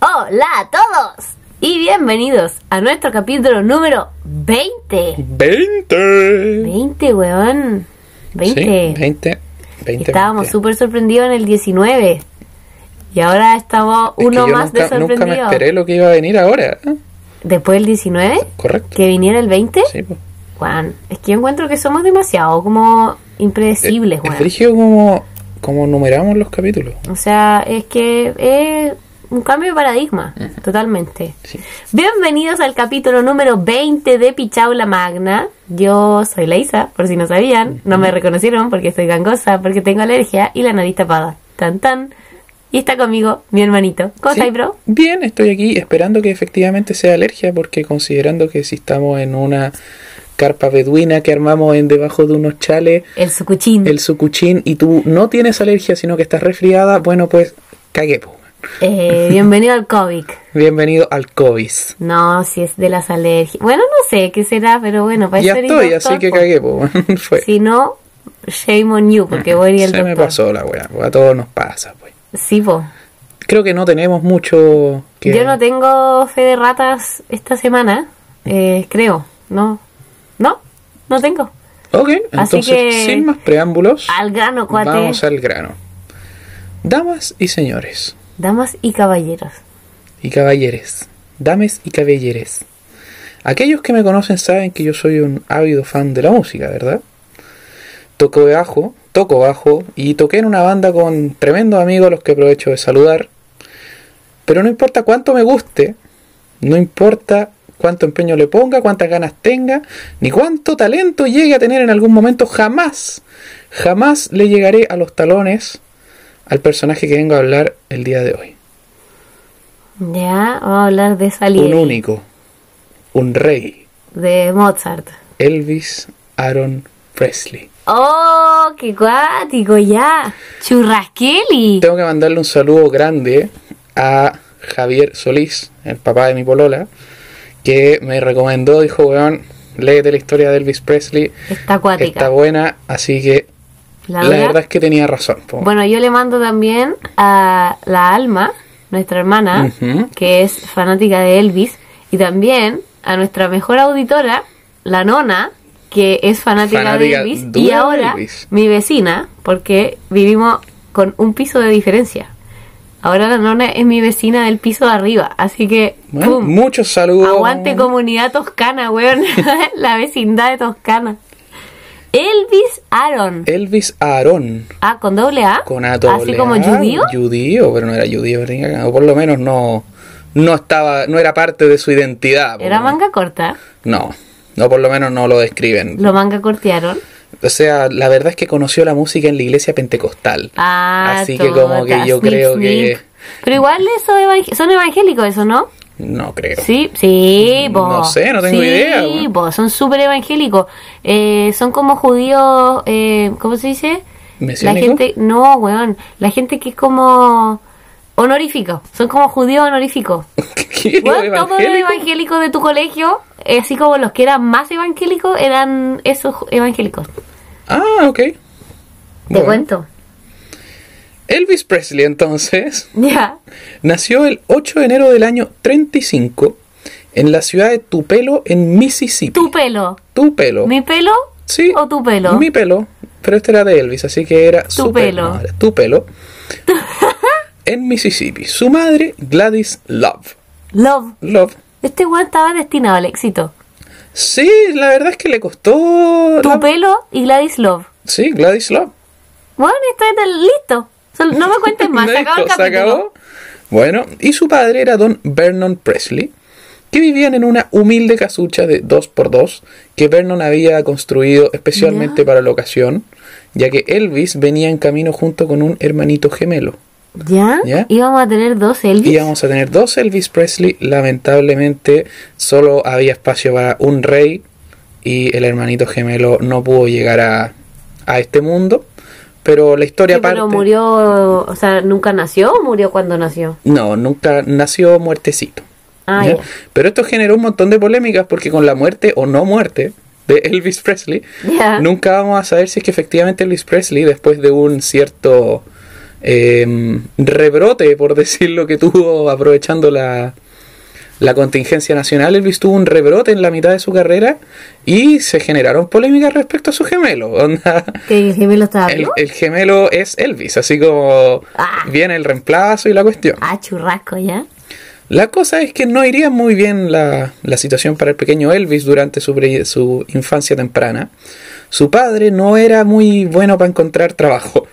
Hola a todos y bienvenidos a nuestro capítulo número 20. 20. 20, weón. 20. Sí, 20. 20. Estábamos 20. súper sorprendidos en el 19. Y ahora estamos Es que uno yo más nunca, de Nunca me sorprendidos. esperé lo que iba a venir ahora. ¿eh? Después del 19, Correcto. que viniera el 20. Sí, pues. Juan, es que yo encuentro que somos demasiado como impredecibles, Eh, es weón. brígido como, como numeramos los capítulos. O sea, es que es un cambio de paradigma, totalmente. Sí. Bienvenidos al capítulo número 20 de Pichaula Magna. Yo soy la Isa, por si no sabían, no me reconocieron porque estoy gangosa, porque tengo alergia y la nariz tapada. Tan tan. Y está conmigo mi hermanito. ¿Cómo Sí. estás, bro? Bien, estoy aquí esperando que efectivamente sea alergia, porque considerando que si estamos en una carpa beduina que armamos en debajo de unos chales, El sucuchín. el sucuchín, y tú no tienes alergia, sino que estás resfriada, bueno, pues cagué. po. Eh, bienvenido al COVID. Bienvenido al COVID. No, si es de las alergias. Bueno, no sé qué será, pero bueno, para Ya ser pues. estoy, doctor, así que po. cagué. po. Fue. Si no, shame on you, porque voy a ir al Se me doctor. pasó la weá, po. a todos nos pasa. pues. Sí, po. Creo que no tenemos mucho que... Yo no tengo fe de ratas esta semana, eh, creo. No, no, no tengo. Ok, Así entonces que- sin más preámbulos, Al grano, cuate. vamos al grano. Damas y señores, Damas y caballeros. y caballeres, dames y caballeres. Aquellos que me conocen saben que yo soy un ávido fan de la música, ¿verdad? Toco bajo, toco bajo y toqué en una banda con tremendos amigos a los que aprovecho de saludar. Pero no importa cuánto me guste, no importa cuánto empeño le ponga, cuántas ganas tenga, ni cuánto talento llegue a tener en algún momento, jamás, jamás le llegaré a los talones al personaje que vengo a hablar el día de hoy. Ya, vamos a hablar de Un Salieri, único. Un rey. de Mozart. Elvis Aaron Presley. ¡Oh, qué cuático, ya! ¡Churrasqueli! Tengo que mandarle un saludo grande a Javier Solís, el papá de mi polola, que me recomendó, dijo, weón, léete la historia de Elvis Presley. Está Está acuática. buena, así que La la, dura. verdad es que tenía razón. po. Bueno, yo le mando también a la Alma, nuestra hermana, Ujú. que es fanática de Elvis, y también a nuestra mejor auditora, la Nona, que es fanática, de Fanática Elvis, dura y de ahora Elvis. mi vecina, porque vivimos con un piso de diferencia. Ahora la Nona es mi vecina del piso de arriba, así que Bueno, ¡pum! muchos saludos. Aguante comunidad toscana, weón. la vecindad de Toscana. Elvis Aaron. Elvis Aaron. Ah, con doble A. Con A doble Así como A, judío. Judío, pero no era judío, tenía- o por lo menos no, no estaba, no era parte de su identidad. por Era lo menos. manga corta. No, no por lo menos no lo describen. Lo manga cortearon. O sea, la verdad es que conoció la música en la iglesia pentecostal. Ah, Así que como que tota, yo snip, creo snip. que- Pero igual eso evang- son evangélicos, eso, ¿no? No creo. Sí, sí, po. Mm, No sé, no tengo Sí, idea, weón. po, son súper evangélicos. Eh, son como judíos, eh, ¿cómo se dice? La ¿Mesiánico? gente, no, weón. La gente que es como honorífico. Son como judíos honoríficos. ¿Qué? ¿Lo Bueno, todos los evangélico? evangélicos de tu colegio, eh, así como los que eran más evangélicos, eran esos evangélicos. Te Ah, ok. Bueno. cuento. Elvis Presley entonces Ya. nació el 8 de enero del año 35 en la ciudad de Tupelo, en Mississippi. Tu pelo. Tupelo. ¿Mi pelo? Sí. ¿O tu pelo? Mi pelo, pero este era de Elvis, así que era Tu su pelo. no, era tu pelo. en Mississippi. Su madre, Gladys Love. Love. Love. Este weón estaba destinado al éxito. Sí, la verdad es que le costó. Tu la- pelo y Gladys Love. Sí, Gladys Love. Bueno, esto es del- listo. Sol- No me cuentes más. se Me acabó el dijo, se capítulo. acabó. Bueno, y su padre era don Vernon Presley, que vivían en una humilde casucha de 2x2 que Vernon había construido especialmente para la ocasión, ya que Elvis venía en camino junto con un hermanito gemelo. ¿Ya? ¿Ya? Íbamos a tener dos Elvis. Y vamos a tener dos Elvis Presley. Lamentablemente, solo había espacio para un rey. Y el hermanito gemelo no pudo llegar a, a este mundo. Pero la historia Sí, aparte. pero murió, o sea, nunca nació o murió cuando nació. No, nunca nació muertecito. Ah, ¿ya? ya. Pero esto generó un montón de polémicas porque con la muerte o no muerte de Elvis Presley, Ya. nunca vamos a saber si es que efectivamente Elvis Presley, después de un cierto eh, rebrote, por decirlo que tuvo aprovechando la, la contingencia nacional, Elvis tuvo un rebrote en la mitad de su carrera y se generaron polémicas respecto a su gemelo. Onda, Que el gemelo estaba el, vivo. el gemelo es Elvis, así como Ah. viene el reemplazo y la cuestión. Ah, churrasco ya. La cosa es que no iría muy bien la, la situación para el pequeño Elvis durante su, pre- su infancia temprana. Su padre no era muy bueno para encontrar trabajo.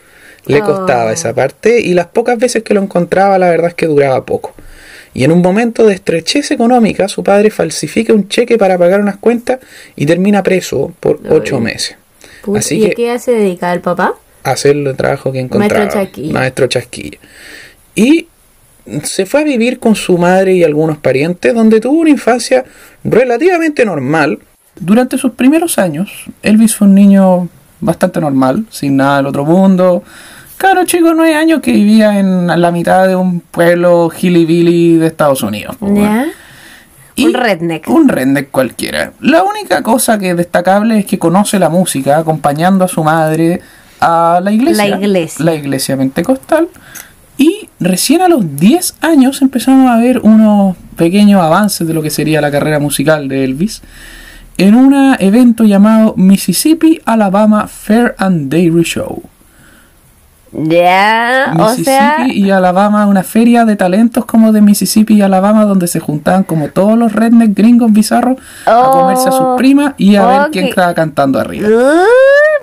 Le Oh. costaba esa parte y las pocas veces que lo encontraba la verdad es que duraba poco. Y en un momento de estrechez económica, su padre falsifica un cheque para pagar unas cuentas y termina preso por Ay. ocho meses. Puta, Así ¿Y a que- qué se dedicaba el papá? hacer el trabajo que encontraba. Maestro Chasquilla. Maestro Chasquilla. Y se fue a vivir con su madre y algunos parientes, donde tuvo una infancia relativamente normal. Durante sus primeros años, Elvis fue un niño bastante normal, sin nada del otro mundo. Claro, chico, nueve años que vivía en la mitad de un pueblo hilly de Estados Unidos. pues, po, weón. Ya. Un redneck. Un redneck cualquiera. La única cosa que es destacable es que conoce la música acompañando a su madre a la iglesia. La iglesia. La iglesia pentecostal. Y recién a los 10 años empezamos a ver unos pequeños avances de lo que sería la carrera musical de Elvis en un evento llamado Mississippi Alabama Fair and Dairy Show. Ya. O Mississippi sea. y Alabama, una feria de talentos como de Mississippi y Alabama, donde se juntaban como todos los redneck gringos bizarros a Oh. comerse a sus primas y a ver Ok. quién estaba cantando arriba. Uh,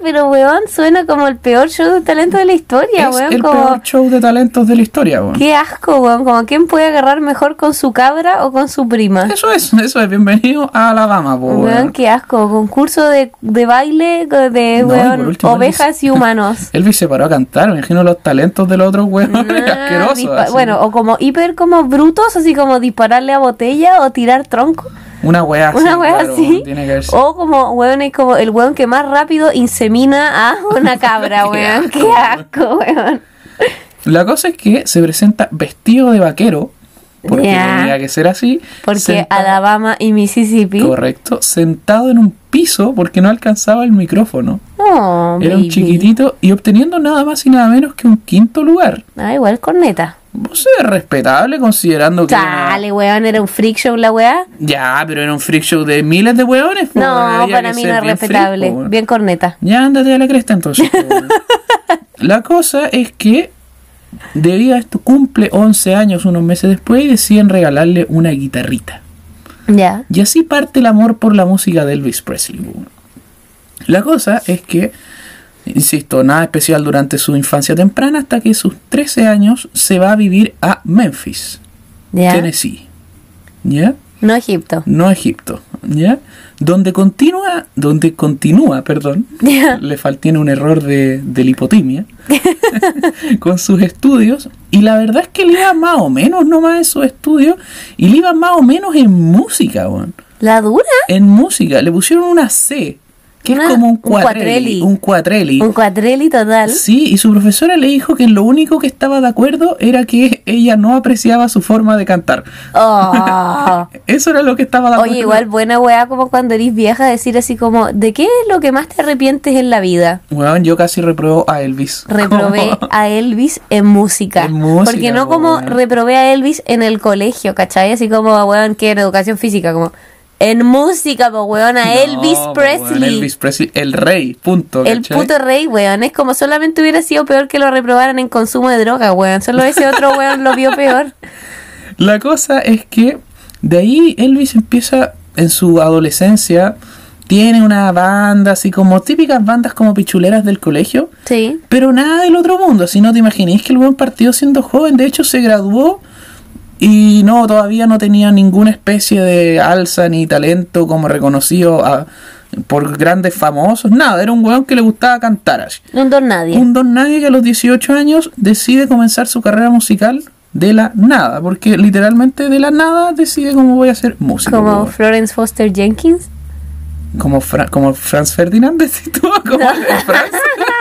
pero weón, suena como el peor show de talento de la historia, es weón. el como... peor show de talentos de la historia, weón. Qué asco, weón. Como quién puede agarrar mejor con su cabra o con su prima. Eso es, eso es, bienvenido a Alabama, po, Weón, weón. qué asco. Concurso de, de baile de No, y por weón, último, ovejas y humanos. Elvis se paró a cantar, me imagino los talentos de los otros weones, Ah, asquerosos. dispa- así. Bueno, o como hiper como brutos, así como dispararle a botella o tirar tronco. una wea así. una wea Ah, claro, así. weón, tiene que haber sido. O como weón es como el weón que más rápido insemina a una cabra, Qué weón. asco, Qué asco, weón. La cosa es que se presenta vestido de vaquero, porque Ya. tenía que ser así. Porque sentado- Alabama y Mississippi. Correcto, sentado en un piso porque no alcanzaba el micrófono. Oh, Era un baby. chiquitito y obteniendo nada más y nada menos que un quinto lugar. Ah, igual corneta. O sea, respetable considerando que... era- Chale, weón, era un freak show la weá. Ya, pero era un freak show de miles de hueones. po, weón, No, había para que mí ser no es bien freak, respetable. po, weón. Bien corneta. Ya, ándate a la cresta entonces. po, weón. la cosa es que debido a esto cumple 11 años unos meses después y deciden regalarle una guitarrita. Ya. Y así parte el amor por la música de Elvis Presley. weón. La cosa es que, insisto, nada especial durante su infancia temprana hasta que sus 13 años se va a vivir a Memphis, Ya. Tennessee. ¿Ya? No Egipto. No Egipto. ¿Ya? Donde continúa, donde continúa, perdón, Ya. le fal- tiene un error de, de lipotimia con sus estudios. Y la verdad es que le iba más o menos nomás en sus estudios y le iba más o menos en música, weón ¿La dura? en música le pusieron una C, que Una- es como un Ah, un cuatrelli. cuatrelli. Un cuatrelli. Un cuadreli total. Sí, y su profesora le dijo que lo único que estaba de acuerdo era que ella no apreciaba su forma de cantar. Oh. Eso era lo que estaba de acuerdo. Oye, igual buena weá como cuando eres vieja decir así como, ¿de qué es lo que más te arrepientes en la vida? Weón, yo casi repruebo a Elvis. Reprobé a Elvis en música. En música, Porque no como weón. reprobé a Elvis en el colegio, ¿cachai? Así como, weón, que en educación física, como, en música, pues weón, a No, Elvis weón, Presley. Elvis Presley, el rey, punto. El ¿cachai? puto rey, weón. Es como solamente hubiera sido peor que lo reprobaran en consumo de droga, weón. Solo ese otro weón lo vio peor. La cosa es que de ahí Elvis empieza en su adolescencia, tiene una banda así como típicas bandas como pichuleras del colegio. Sí. Pero nada del otro mundo, si no te imaginéis que el buen partido siendo joven, de hecho se graduó y no, todavía no tenía ninguna especie de alza ni talento como reconocido a- por grandes famosos, nada, era un weón que le gustaba cantar así. Un don nadie. Un don nadie que a los 18 años decide comenzar su carrera musical de la nada, porque literalmente de la nada decide cómo voy a hacer música. Como weón. Florence Foster Jenkins. Como, Fra- como Franz Ferdinand, decís tú, como el de Franz.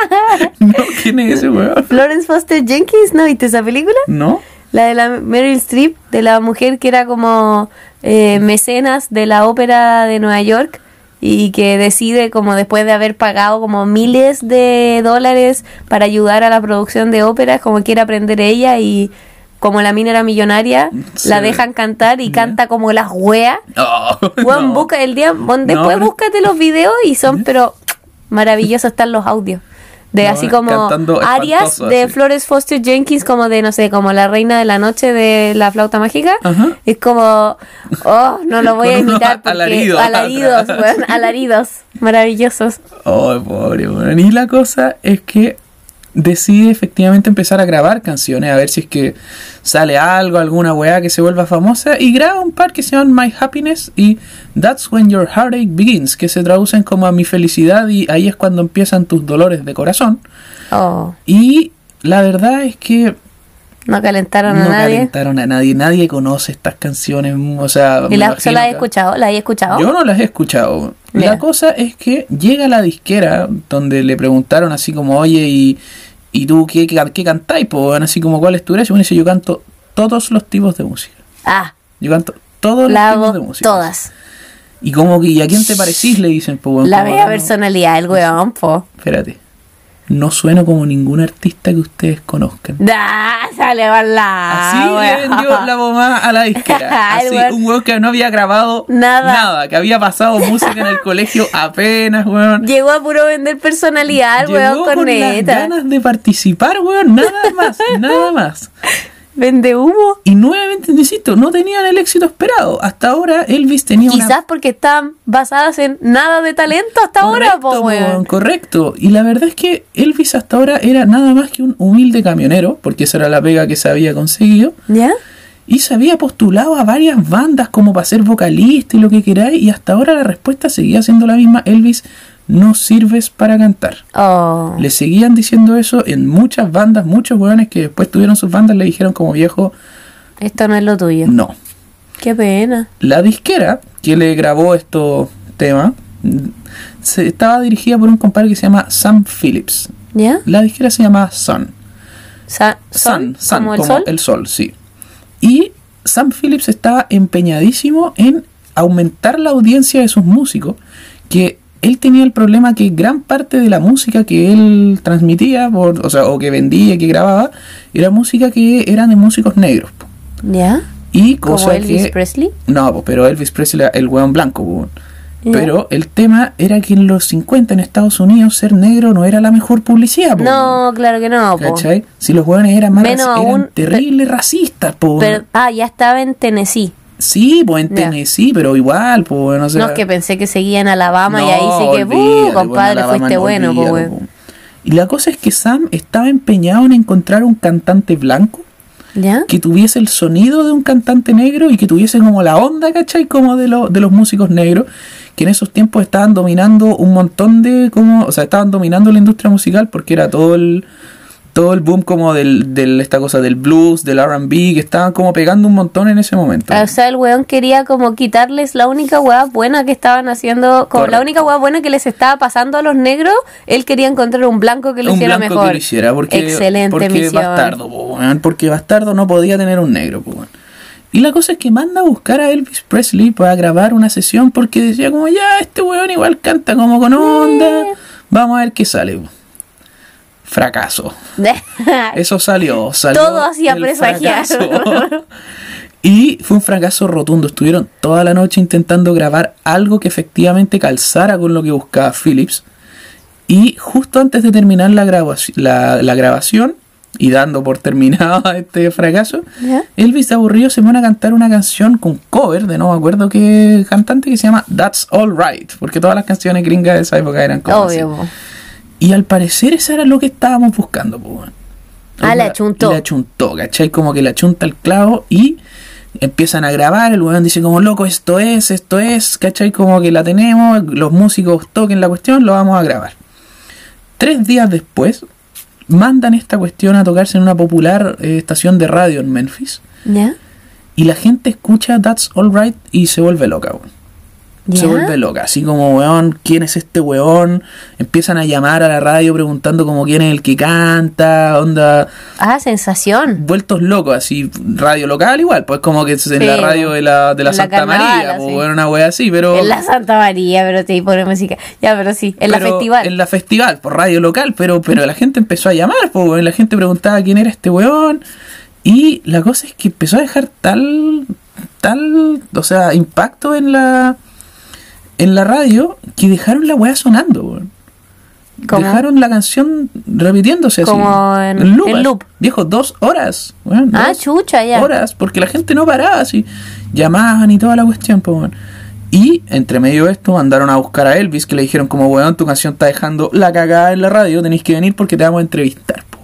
no, ¿quién es ese weón? Florence Foster Jenkins, ¿no viste esa película? ¿No? La de la Meryl Streep, de la mujer que era como eh, mecenas de la ópera de Nueva York y que decide como después de haber pagado como miles de dólares para ayudar a la producción de óperas, como quiere aprender ella y como la mina era millonaria, Sí. la dejan cantar y Ya. canta como las weas. Oh, Weón, no. busca el día, weón, No, después pero- búscate los videos y son, pero maravillosos están los audios. De No, así como cantando arias espantoso, de así. Flores Foster Jenkins, como de, no sé, como la reina de la noche de la flauta mágica. Ajá. Es como, oh, no lo voy a Con unos imitar porque alaridos alaridos, atrás. weón, alaridos, maravillosos. Ay, pobre, weón. Y la cosa es que decide efectivamente empezar a grabar canciones, a ver si es que sale algo, alguna weá que se vuelva famosa, y graba un par que se llaman My Happiness y That's When Your Heartache Begins, que se traducen como a mi felicidad y ahí es cuando empiezan tus dolores de corazón. Oh, Y la verdad es que no calentaron a no nadie. calentaron a nadie, nadie conoce estas canciones, o sea... ¿Y me la, imagino yo las he que- escuchado? ¿Las he escuchado? yo no las he escuchado. Mira. La cosa es que llega la disquera donde le preguntaron así como, oye, ¿y, y tú qué, qué, qué cantáis? po? weón? así como, ¿cuál es tu gracia? Y uno dice, yo canto todos los tipos de música. Ah, Yo canto todos la los tipos de hago música. todas. Y como que, ¿y a quién te parecís? Le dicen, po, weón, La como, bella no, personalidad del weón, po. Espérate. No sueno como ningún artista que ustedes conozcan. Da, Ah, sale con la. Así le vendió la bomba a la disquera. El Así, Ah, weón. un weón que no había grabado Nada. que había pasado música en el colegio apenas, weón. Llegó a puro vender personalidad, Llegó weón, con las corneta. ganas de participar, weón, nada más, nada más. Vende humo. Y nuevamente, insisto, no tenían el éxito esperado. Hasta ahora Elvis tenía una... Quizás porque están basadas en nada de talento hasta ahora, po, Correcto, weón, weón. Correcto. Y la verdad es que Elvis hasta ahora era nada más que un humilde camionero, porque esa era la pega que se había conseguido. ¿Ya? Y se había postulado a varias bandas como para ser vocalista y lo que queráis. Y hasta ahora la respuesta seguía siendo la misma. Elvis, no sirves para cantar. Oh. Le seguían diciendo eso en muchas bandas, muchos weones que después tuvieron sus bandas le dijeron como viejo, Esto no es lo tuyo. no. Qué pena. La disquera que le grabó estos temas mm, se, estaba dirigida por un compadre que se llama Sam Phillips. ¿Ya? La disquera se llama Sun. Sa- sol, Sun, Sun, como el sol. sí. Y Sam Phillips estaba empeñadísimo en aumentar la audiencia de sus músicos, que él tenía el problema que gran parte de la música que él transmitía, por, o sea, o que vendía, que grababa, era música que era de músicos negros. po. ¿Ya? Y Como cosa Elvis que- Presley. No, po, pero Elvis Presley era el weón blanco. po. Ya. Pero el tema era que en los 50 en Estados Unidos ser negro no era la mejor publicidad. Ah, po. No, claro que no, po. ¿Cachai? Si los hueones eran más Menos raci- eran aún, terribles racistas, po. Pero- ah, ya estaba en Tennessee. sí, pues en Ya. Tennessee, pero igual, po, no sé. no es que pensé que seguía en Alabama y No, ahí sí que, olvídate, uh, weón, compadre, Alabama, fuiste bueno, po, olvídate, weón. po. Y la cosa es que Sam estaba empeñado en encontrar un cantante blanco ¿Ya? que tuviese el sonido de un cantante negro y que tuviese como la onda, ¿cachai? Como de, lo- de los músicos negros, que en esos tiempos estaban dominando un montón de, como, o sea, estaban dominando la industria musical porque era todo el, todo el boom como del, del- esta cosa del blues, del R&B, que estaban como pegando un montón en ese momento. O sea, el weón quería como quitarles la única weá buena que estaban haciendo, como la Correcto. única weá buena que les estaba pasando a los negros, él quería encontrar un blanco que lo un hiciera blanco mejor. que lo hiciera, porque, Excelente porque misión. bastardo, po, weón, porque bastardo no podía tener un negro. po, weón. Y la cosa es que manda a buscar a Elvis Presley para grabar una sesión porque decía como, ya, este weón igual canta como con onda, vamos a ver qué sale. po". Fracaso. Eso salió, salió. Todo hacía el presagiar. fracaso. Y fue un fracaso rotundo. Estuvieron toda la noche intentando grabar algo que efectivamente calzara con lo que buscaba Phillips. Y justo antes de terminar la, grabaci- la, la grabación y dando por terminada este fracaso, ¿Ya? Elvis de aburrido se pone a cantar una canción con cover de no me acuerdo qué cantante que se llama That's All Right, porque todas las canciones gringas de esa época eran como así. Obvio. po. Y al parecer eso era lo que estábamos buscando, pues. weón. Ah, la chuntó. La chuntó, ¿cachai? Como que la chunta el clavo y empiezan a grabar, el weón dice como, loco, esto es, esto es, ¿cachai? Como que la tenemos, los músicos toquen la cuestión, lo vamos a grabar. Tres días después, mandan esta cuestión a tocarse en una popular eh, estación de radio en Memphis ¿Ya? y la gente escucha That's All Right y se vuelve loca, weón. ¿Ya? Se vuelve loca, así como, weón, ¿quién es este weón? Empiezan a llamar a la radio preguntando como quién es el que canta, onda, Ah, sensación. vueltos locos, así, radio local igual, pues como que es en Sí, la radio de la, de la en la Santa carnaval, María, pues así. bueno, una wea así, pero... En la Santa María, pero te pone música. Ya, pero sí, en la pero festival. En la festival, por radio local, pero, pero la gente empezó a llamar, pues, weón, la gente preguntaba quién era este weón. Y la cosa es que empezó a dejar tal, tal, o sea, impacto en la, en la radio que dejaron la weá sonando, weón. ¿Cómo? Dejaron la canción repitiéndose así. Como en- en así. loop. Viejo, dos horas. weón, Ah, dos chucha, ya. Horas, porque la gente no paraba así. Llamaban y toda la cuestión, pues, weón. Y entre medio de esto mandaron a buscar a Elvis, que le dijeron como, weón, tu canción está dejando la cagada en la radio, tenéis que venir porque te vamos a entrevistar, po".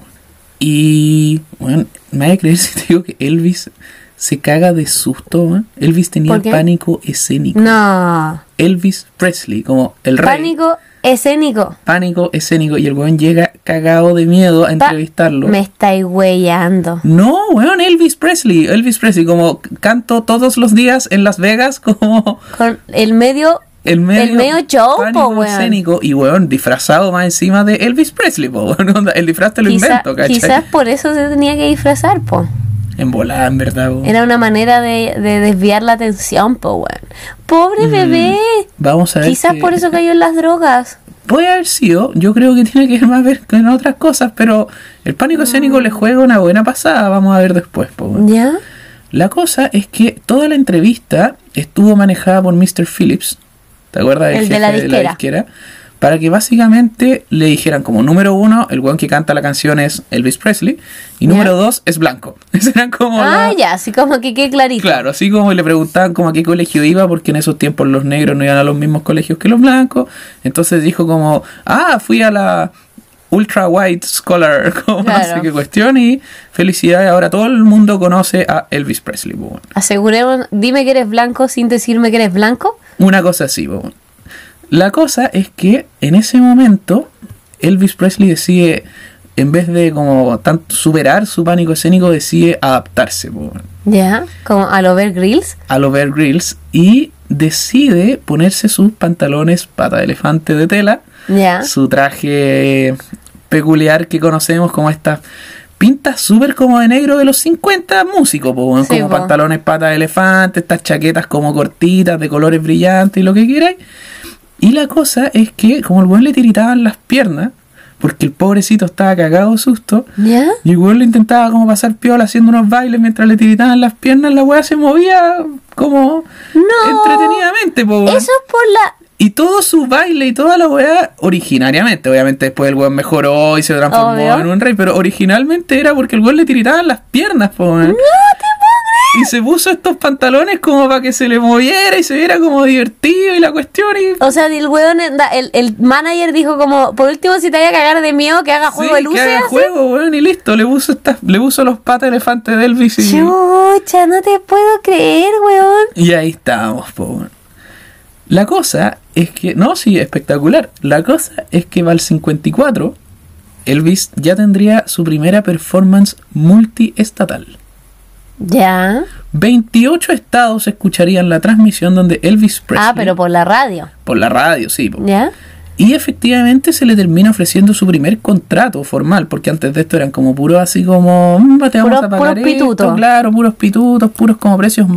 Y, weón, me voy a creer si te digo que Elvis se caga de susto, weón. Elvis tenía ¿Por qué? pánico escénico. No. Elvis Presley, como el rey. Pánico escénico. pánico escénico y el weón llega cagado de miedo a Pa- entrevistarlo. Me estáis huellando. No, weón, Elvis Presley, Elvis Presley, como canto todos los días en Las Vegas, como Con el medio. el medio, El medio show, po, pánico weón. escénico y weón disfrazado más encima de Elvis Presley, po, weón, onda, el disfraz te lo quizá- invento, ¿cachai? Mm. quizás por eso se tenía que disfrazar, po. En volada, en verdad, po. Era una manera de, de desviar la atención, po, weón. Pobre Mm. bebé. Vamos a ver. Quizás que- por eso cayó en las drogas. Puede haber sido, yo creo que tiene que ver más ver con otras cosas, pero el Mm. pánico escénico le juega una buena pasada, vamos a ver después, po, weón. ¿Ya? La cosa es que toda la entrevista estuvo manejada por Mr. Phillips, ¿te acuerdas? del El de jefe la disquera. Para que básicamente le dijeran como número uno, el weón que canta la canción es Elvis Presley, y Ya. número dos es blanco. Esa era como Ah, la- ya, así como que quede clarito. Claro, así como le preguntaban como a qué colegio iba, porque en esos tiempos los negros no iban a los mismos colegios que los blancos. Entonces dijo como, ah, fui a la Ultra White Scholar, como no sé Claro. qué cuestión, y felicidades, ahora todo el mundo conoce a Elvis Presley. pues, bueno. Aseguremos, dime que eres blanco sin decirme que eres blanco. Una cosa así, po. La cosa es que en ese momento Elvis Presley decide, en vez de como tan- superar su pánico escénico, decide adaptarse, po, Ya, como al over grills. a los Bear Grylls y decide ponerse sus pantalones pata de elefante de tela, Ya. su traje peculiar que conocemos como estas pintas súper como de negro de los 50 músicos, po, weón, Sí, como po. pantalones pata de elefante, estas chaquetas como cortitas de colores brillantes y lo que queráis. Y la cosa es que como el weón le tiritaban las piernas, porque el pobrecito estaba cagado de susto, ¿Ya? y el weón le intentaba como pasar piola haciendo unos bailes mientras le tiritaban las piernas, la weá se movía como No. entretenidamente, po, weón. Eso es por la. Y todo su baile y toda la weá, originariamente, obviamente después el weón mejoró y se transformó Obvio. en un rey, pero originalmente era porque el weón le tiritaban las piernas, po, weón. Y se puso estos pantalones como para que se le moviera y se viera como divertido y la cuestión y O sea, el weón, anda- el, el manager dijo como, por último, si te vaya a cagar de miedo, que haga juego Sí, de luces. que haga así. juego, weón, y listo, le puso estas, le puso los patas elefantes de Elvis y, Chucha, no te puedo creer, weón. Y ahí estábamos, po. weón. La cosa es que. No, sí, espectacular. La cosa es que para el 54, Elvis ya tendría su primera performance multiestatal. Ya. 28 estados escucharían la transmisión donde Elvis Presley. Ah, pero por la radio. por la radio, sí. po. ¿Ya? Y efectivamente se le termina ofreciendo su primer contrato formal, porque antes de esto eran como puros así como, "Mm, te vamos Puros- a pagar puros esto", pitutos. claro, puros pitutos, puros como precios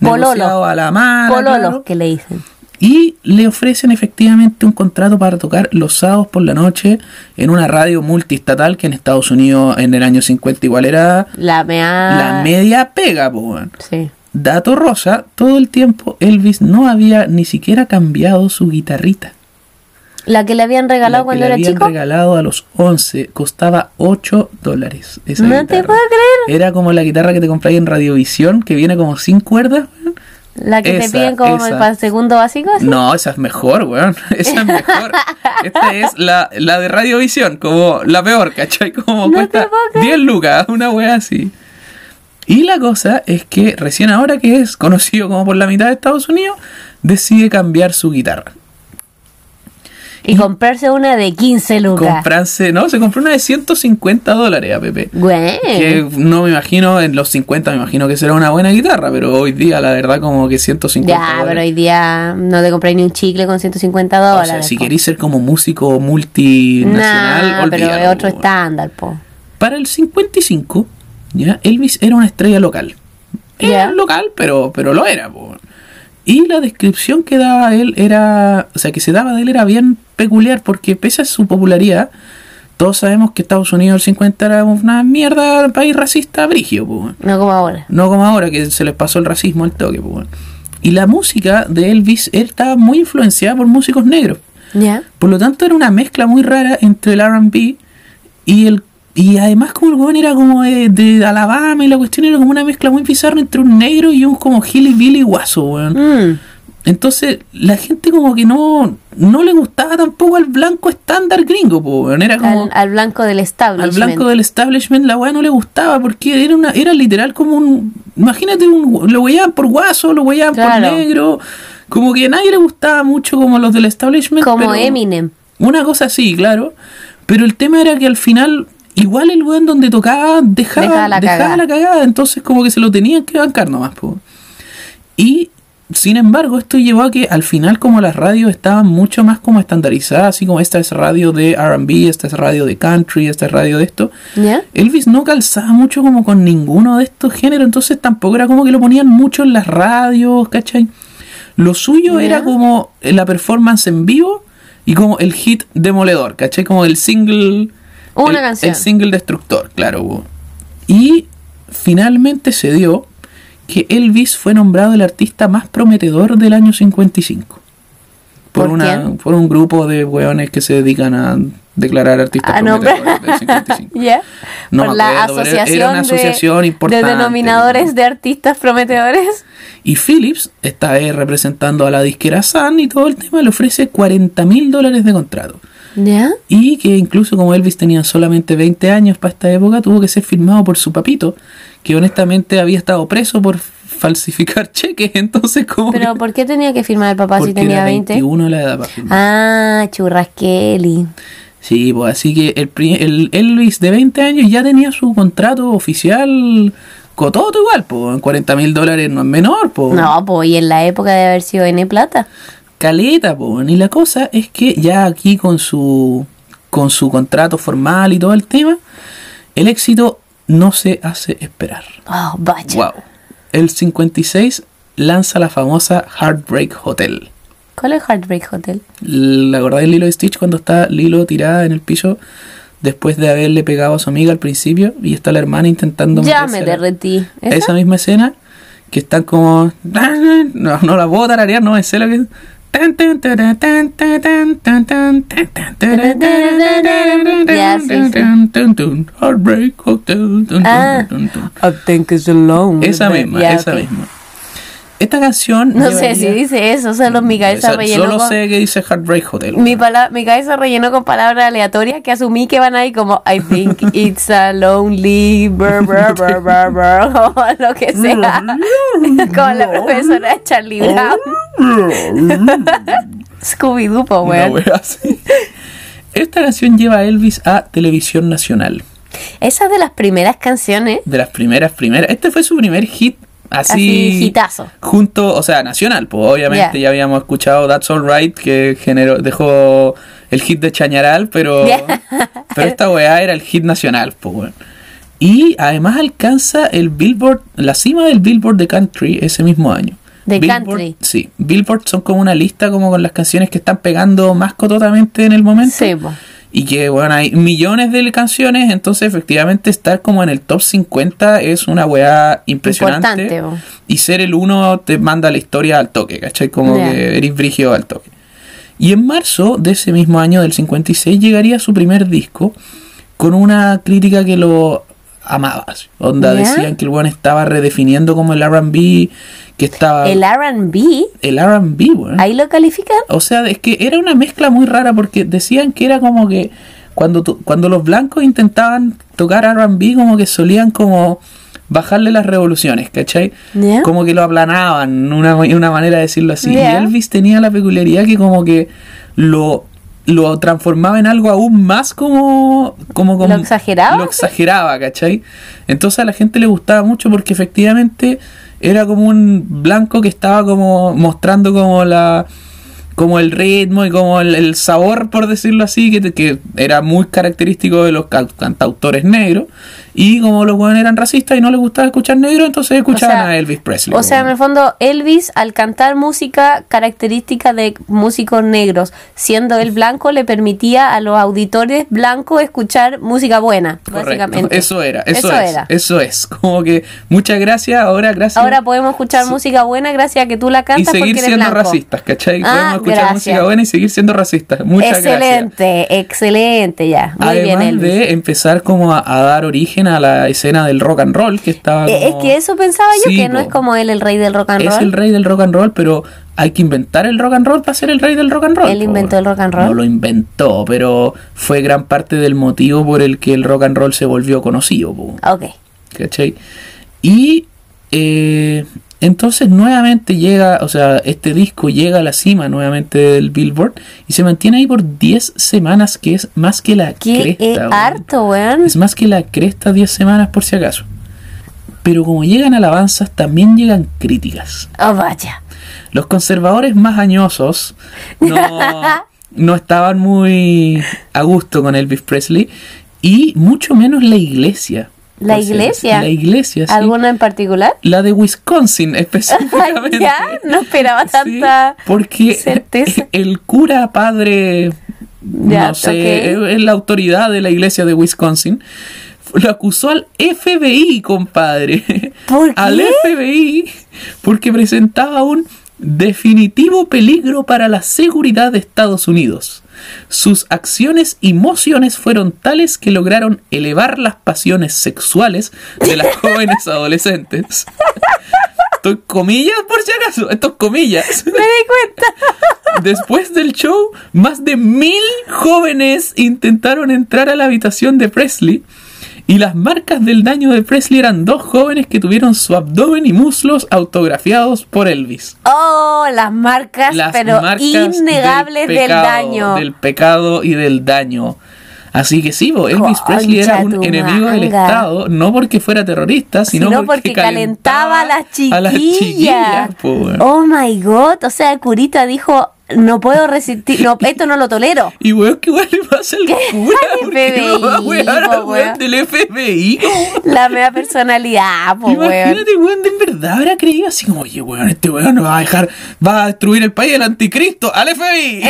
Pololo. negociados a la mano. Pololos Ah, claro. que le dicen. Y le ofrecen efectivamente un contrato para tocar los sábados por la noche en una radio multiestatal que en Estados Unidos en el año 50 igual era La mea. la media pega, po, weón. Sí. Dato rosa, todo el tiempo Elvis no había ni siquiera cambiado su guitarrita. La que le habían regalado La que cuando le era habían chico. regalado a los 11, costaba 8 dólares. esa No te guitarra. puedo creer. Era como la guitarra que te compráis en Radiovisión, que viene como sin cuerdas, weón. La que te Esa, piden como esa. para segundo básico. así. No, esa es mejor, weón. Esa es mejor. Esta es la, la de Radiovisión, como la peor, ¿cachai? Como No te cuesta puedo creer. 10 lucas, una wea así. Y la cosa es que recién ahora que es conocido como por la mitad de Estados Unidos, decide cambiar su guitarra. Y comprarse una de 15 lucas. Comprarse, no, se compró una de 150 dólares a Pepe. Güey. Que no me imagino, en los 50 me imagino que será una buena guitarra, pero hoy día la verdad como que 150 Ya, pero dólares. hoy día no te compráis ni un chicle con 150 O dólares. sea, si po. queréis ser como músico multinacional, Nah, pero olvídalo, es otro weón. estándar, po. Para el 55, ya Elvis era una estrella local. Era Ya. local, pero, pero lo era. po. Y la descripción que daba él era, o sea, que se daba de él era bien peculiar porque pese a su popularidad, todos sabemos que Estados Unidos del 50 era una mierda, un país racista, brigio. po. No como ahora. No como ahora que se les pasó el racismo al toque. po. Y la música de Elvis, él estaba muy influenciada por músicos negros. Ya. Por lo tanto, era una mezcla muy rara entre el RB y el. Y además, como el weón era como de, de Alabama y la cuestión era como una mezcla muy bizarra entre un negro y un como Billy guaso, weón. Mm. Entonces, la gente como que no, no le gustaba tampoco al blanco estándar gringo, po, weón. Era como. Al, al blanco del Al establishment. blanco del establishment la weá no le gustaba porque era una era literal como un... Imagínate, un, lo huellaban por guaso, lo huellaban Claro. por negro. Como que a nadie le gustaba mucho como los del establishment. Como pero- Eminem. Una cosa así, claro. Pero el tema era que al final, igual el weón donde tocaba Dejaba dejaba, dejaba, la la, cagada. cagada. Entonces como que se lo tenían que bancar nomás, po. Y sin embargo, esto llevó a que al final como las radios estaban mucho más como estandarizadas, así como esta es radio de RB, esta es radio de country, esta es radio de esto. ¿Ya? Elvis no calzaba mucho como con ninguno de estos géneros, entonces tampoco era como que lo ponían mucho en las radios, ¿cachai? Lo suyo Ya. era como la performance en vivo y como el hit demoledor, ¿cachai? Como el single... Una el, canción. El single destructor, claro. po. Y finalmente se dio que Elvis fue nombrado el artista más prometedor del año 55. Por, ¿Por una, quién? por un grupo de weones que se dedican a declarar artistas A nombrar. prometedores del 55. Ah, ¿Ya? No Por me la acuerdo, pero era- era asociación, de- una asociación importante. de denominadores de artistas prometedores. Y Phillips está ahí representando a la disquera Sun y todo el tema le ofrece 40 mil dólares de contrato. ¿Ya? Y que incluso como Elvis tenía solamente 20 años para esta época, tuvo que ser firmado por su papito, que honestamente había estado preso por falsificar cheques. Entonces, como. Pero que- ¿por qué tenía que firmar el papá si porque tenía era 20? 21 la edad para firmar. Ah, churrasqueli. Sí, pues así que el, pri- el Elvis de 20 años ya tenía su contrato oficial cototo igual, pues 40 mil dólares no es menor, pues. No, pues y en la época de haber sido N plata. caleta, po. Y la cosa es que ya aquí con su con su contrato formal y todo el tema, el éxito no se hace esperar. Oh, vaya. Wow. El 56 lanza la famosa Heartbreak Hotel. ¿Cuál es Heartbreak Hotel? ¿La acordáis Lilo y Stitch cuando está Lilo tirada en el piso después de haberle pegado a su amiga al principio y está la hermana intentando ya me meterse a la- derretí. ¿Esa? ¿Esa? misma escena que están como no, no la puedo tararear, no me sé lo que es. Ya, sí, Heartbreak Hotel. Ah. I think it's alone. Esa misma, Ya, esa ok. misma. Esta canción No sé llevaría- si dice eso, solo mi cabeza Esa- rellenó Solo con... sé que dice Heartbreak Hotel. Mi, pala- mi cabeza rellenó con palabras aleatorias que asumí que van ahí como I think it's a lonely brr, brr, brr, brr, brr", o lo que sea como la profesora Charlie Brown Scooby-Doo po, Oh, Una weón. wea así. Esta canción lleva a Elvis a televisión nacional. esa es de las primeras canciones De las primeras, primeras. Este fue su primer hit así. así hitazo junto, o sea, nacional, pues obviamente Ya. ya habíamos escuchado That's Alright que generó, dejó el hit de Chañaral, pero, Ya. pero esta weá era el hit nacional, pues weón. Y además alcanza el Billboard, la cima del Billboard de Country ese mismo año. De Billboard- country. Sí, Billboard son como una lista como con las canciones que están pegando más cototamente en el momento. sí po. Y que, bueno, hay millones de canciones, entonces efectivamente estar como en el top 50 es una weá impresionante. Importante, po. Y ser el uno te manda la historia al toque, ¿cachai? Como Ya. que eres brígido al toque. Y en marzo de ese mismo año, del 56, llegaría su primer disco con una crítica que lo amaba. así. Onda, Ya. decían que el weón estaba redefiniendo como el RB, que estaba. el El, R&B RB, weón. ahí lo califican O sea, es que era una mezcla muy rara porque decían que era como que cuando, tu- cuando los blancos intentaban tocar RB, como que solían como bajarle las revoluciones, ¿cachai? Ya. Como que lo aplanaban, una, una manera de decirlo así. Ya. Y Elvis tenía la peculiaridad que como que lo lo transformaba en algo aún más como... como, como ¿Lo exageraba? Lo exageraba, ¿cachai? Entonces a la gente le gustaba mucho porque efectivamente era como un blanco que estaba como mostrando como la como el ritmo y como el, el sabor, por decirlo así, que, que era muy característico de los ca- cantautores negros. Y como los buenos eran racistas y no les gustaba escuchar negro, entonces escuchaban sea, a Elvis Presley. O sea, en weón. el fondo, Elvis al cantar música característica de músicos negros, siendo él blanco, le permitía a los auditores blancos escuchar música buena, Correcto. básicamente. Eso era, eso, es. era. Eso es. Como que muchas gracias, ahora gracias. Ahora podemos escuchar Sí. música buena gracias a que tú la y cantas seguir porque eres siendo blanco. racistas, ¿cachai? Ah, podemos escuchar gracias. música buena y seguir siendo racistas. Muchas gracias. excelente, excelente ya. Muy Además bien, Elvis. de empezar como a, a dar origen a la escena del rock and roll que estaba Eh, Es como- que eso pensaba yo, Sí, que no po. es como él el rey del rock and es roll. el rey del rock and roll, pero hay que inventar el rock and roll para ser el rey del rock and roll. Él po. inventó el rock and roll. No lo inventó, pero fue gran parte del motivo por el que el rock and roll se volvió conocido. po. Ok. ¿Cachai? Y eh, entonces nuevamente llega, o sea, este disco llega a la cima nuevamente del Billboard y se mantiene ahí por 10 semanas, que es más que la Qué cresta. eh, weón. harto, weón. Es más que la cresta 10 semanas por si acaso. Pero como llegan alabanzas, también llegan críticas. Oh, vaya. Los conservadores más añosos no, no estaban muy a gusto con Elvis Presley y mucho menos la iglesia. ¿La Por si acaso. iglesia? La iglesia, sí. ¿Alguna en particular? La de Wisconsin Ay, específicamente. ya, no esperaba Sí, tanta porque certeza. el cura padre, Ya, no sé, ok. es la autoridad de la iglesia de Wisconsin, lo acusó al FBI, compadre. ¿Por Al qué? FBI, porque presentaba un definitivo peligro para la seguridad de Estados Unidos. Sus acciones y mociones fueron tales que lograron elevar las pasiones sexuales de las jóvenes adolescentes. Estoy comillas por si acaso, esto es comillas. Me di cuenta. Después del show, más de mil jóvenes intentaron entrar a la habitación de Presley. Y las marcas del daño de Presley eran dos jóvenes que tuvieron su abdomen y muslos autografiados por Elvis. Oh, las marcas, Las pero marcas innegables del, pecado, daño. Del pecado y del daño. Así que sí, bo, Elvis Concha Presley era tu un enemigo del manga. Estado, no porque fuera terrorista, sino, sino porque calentaba a las a las chiquillas. chiquillas, po. Oh my god, o sea, el curita dijo, no puedo resistir, no, esto no lo tolero. Y weón, ¿qué weón le pasa al cura? ¿Por qué no va a FBI, wear al po, weón? weón del FBI? La mea personalidad, po, weón. Imagínate, weón, de verdad habrá creído así como, oye, weón, este weón nos va a dejar, va a destruir el país del anticristo, al FBI.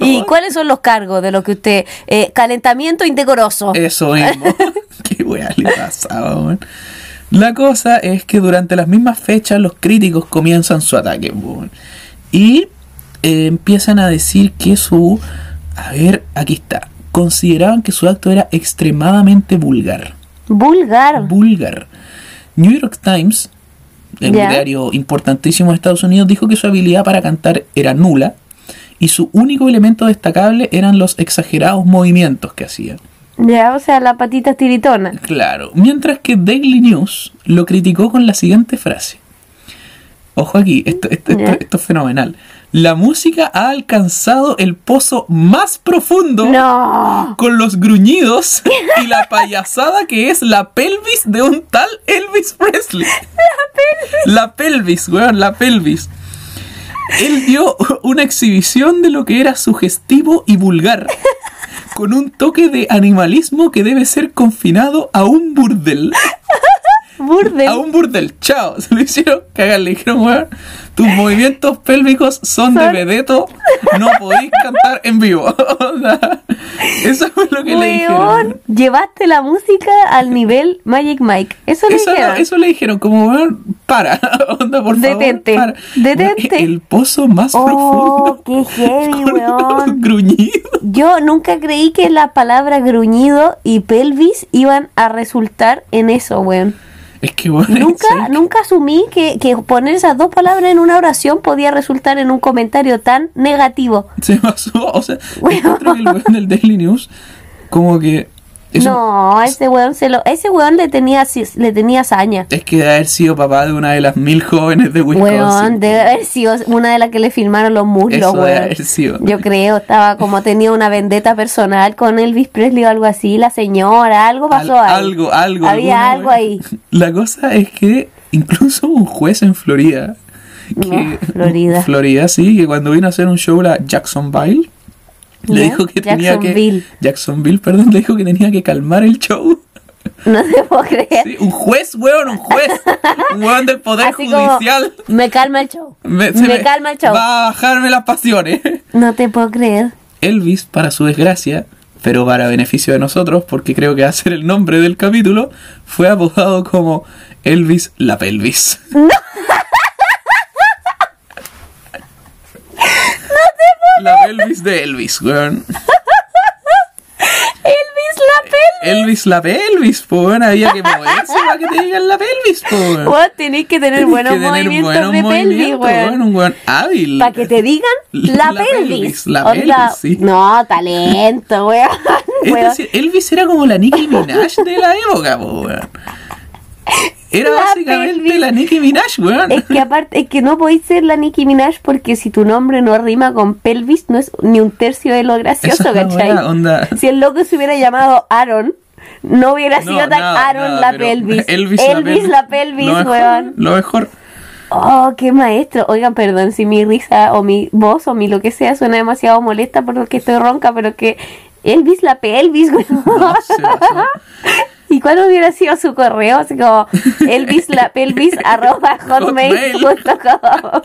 ¿Y cuáles son los cargos de lo que usted... eh, calentamiento indecoroso. Eso mismo. Qué weá le pasaba, weón. La cosa es que durante las mismas fechas los críticos comienzan su ataque, weón. Y eh, empiezan a decir que su... A ver, aquí está. Consideraban que su acto era extremadamente vulgar. Vulgar. vulgar. New York Times, el Ya. diario importantísimo de Estados Unidos, dijo que su habilidad para cantar era nula y su único elemento destacable eran los exagerados movimientos que hacía. ya, o sea, la patita tiritona. Claro, mientras que Daily News lo criticó con la siguiente frase. Ojo aquí, esto, esto- esto- Ya. esto es fenomenal. La música ha alcanzado el pozo más profundo No. con los gruñidos y la payasada que es la pelvis de un tal Elvis Presley. La pelvis. La pelvis, weón, la pelvis. Él dio una exhibición de lo que era sugestivo y vulgar, con un toque de animalismo que debe ser confinado a un burdel. Burdel. A un burdel, chao. Se lo hicieron cagar, le dijeron, weón, tus movimientos pélvicos son de vedeto, no podéis cantar en vivo. Onda, Eso fue lo que le dijeron. Weón, llevaste la música al nivel Magic Mike. Eso le Eso, dijeron. eso le dijeron, como, weón, para, onda, por Detente, favor. para. detente. El pozo más Oh, qué heavy, profundo. weón. Gruñido. Yo nunca creí que la palabra gruñido y pelvis iban a resultar en eso, weón. Es que, weón, en serio. Nunca, nunca asumí que, que poner esas dos palabras en una oración podía resultar en un comentario tan negativo. se basó, o sea, Weón. encuentro que el weón del Daily News como que Eso- No, ese weón se lo, ese weón le tenía si- le tenía hazaña. Es que de haber sido papá de una de las mil jóvenes de Wisconsin. Weón, debe haber sido una de las que le filmaron los muslos, Eso debe weón. haber sido. Yo creo, estaba como tenía una vendetta personal con Elvis Presley o algo así, la señora, algo Al- pasó ahí. Algo, algo. Había alguna algo ahí. wea. La cosa es que incluso un juez en Florida. que- No, Florida. Florida, sí, que cuando vino a hacer un show a Jacksonville, le Ya, dijo que tenía que. Jacksonville. Jacksonville, perdón, le dijo que tenía que calmar el show. No se puedo creer. Sí, un juez, weón, un juez. Un weón del Poder Así como, Judicial. me calma el show. Me, se calma el show. Va a bajarme las pasiones. No te puedo creer. Elvis, para su desgracia, pero para beneficio de nosotros, porque creo que va a ser el nombre del capítulo, fue apodado como Elvis la pelvis. No, La pelvis de Elvis, weón. Elvis la pel. Elvis la pelvis, po, weón. Había que moverse para que te digan la pelvis, po, weón. Vos tenés que tener Eh, Tenés buenos que tener movimientos buenos de pelvis, movimientos, weón. Un weón hábil. Para que te digan la, La pelvis, pelvis. la Onda, pelvis, sí. Este No, talento, weón. Es Weón. decir, Elvis era como la Nicki Minaj de la época, po, weón. Era La básicamente pelvis. la Nicki Minaj, weón. Es que aparte, es que no podéis ser la Nicki Minaj porque si tu nombre no rima con pelvis, no es ni un tercio de lo gracioso, Esa es la ¿cachai? weá, onda. Si el loco se hubiera llamado Aaron, no hubiera No, sido tan nada, Aaron nada, la pero pelvis. Elvis, la pelvis, Lo mejor, weón. Lo mejor. Oh, qué maestro. Oigan, perdón si mi risa o mi voz o mi lo que sea suena demasiado molesta porque estoy ronca, pero que Elvis la pelvis, güey. No, se pasó. ¿Y cuál hubiera sido su correo? Así como Elvis la pelvis arroba hotmail punto com.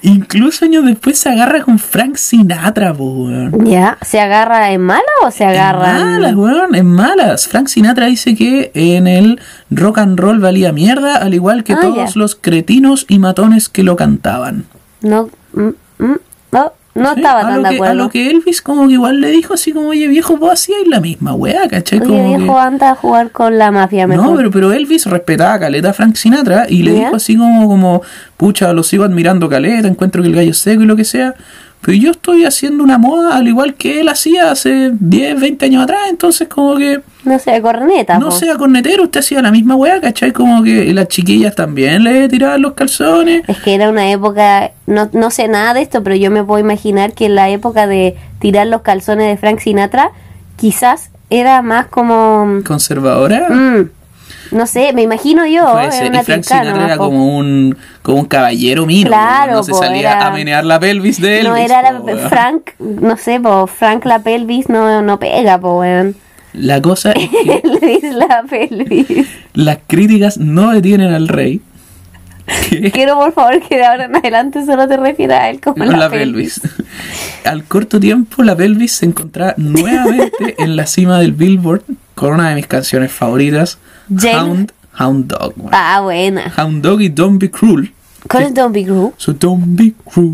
Incluso años después se agarra con Frank Sinatra, po, weón. Ya, ¿se agarra en mala o se En agarra? malas, weón, en malas. Frank Sinatra dice que en el rock and roll valía mierda, al igual que Ah, todos ya. los cretinos y matones que lo cantaban. No, mm, mm, no, no Sí, estaba Eh, a tan lo de que- A acuerdo. lo que Elvis como que igual le dijo así como, oye viejo, vos hacíais la misma weá, ¿cachai? Oye, como viejo, que- anda a jugar con la mafia No, mejor. pero, pero Elvis respetaba a Caleta a Frank Sinatra y le ¿Ya? dijo así como, como, pucha, lo sigo admirando Caleta, encuentro que el gallo es seco y lo que sea, pero yo estoy haciendo una moda al igual que él hacía hace 10, 20 años atrás, entonces como que... No sea corneta, No po. sea cornetero, usted hacía la misma weá, ¿cachai? Como que las chiquillas también le tiraban los calzones. Es que era una época, no, no sé nada de esto, pero yo me puedo imaginar que en la época de tirar los calzones de Frank Sinatra, quizás era más como... Conservadora. mm, no sé, me imagino yo. Puede era ser. una y Frank trincada Sinatra nomás, era po. como un, como un caballero mino. Claro, no se po, salía era- a menear la pelvis de él. no era la- Frank, no sé, po, Frank la pelvis no, no pega, po, weón. La cosa es que Elvis la pelvis. las críticas no detienen al rey. que- Quiero por favor que de ahora en adelante solo te refieras a él como no, la, la pelvis. Al corto tiempo, la pelvis se encontraba nuevamente en la cima del Billboard con una de mis canciones favoritas, Jane- Hound, Hound Dog. weón. Ah, buena. Hound Dog y Don't Be Cruel. ¿Cuál es Don't Be Group? So don't be cruel.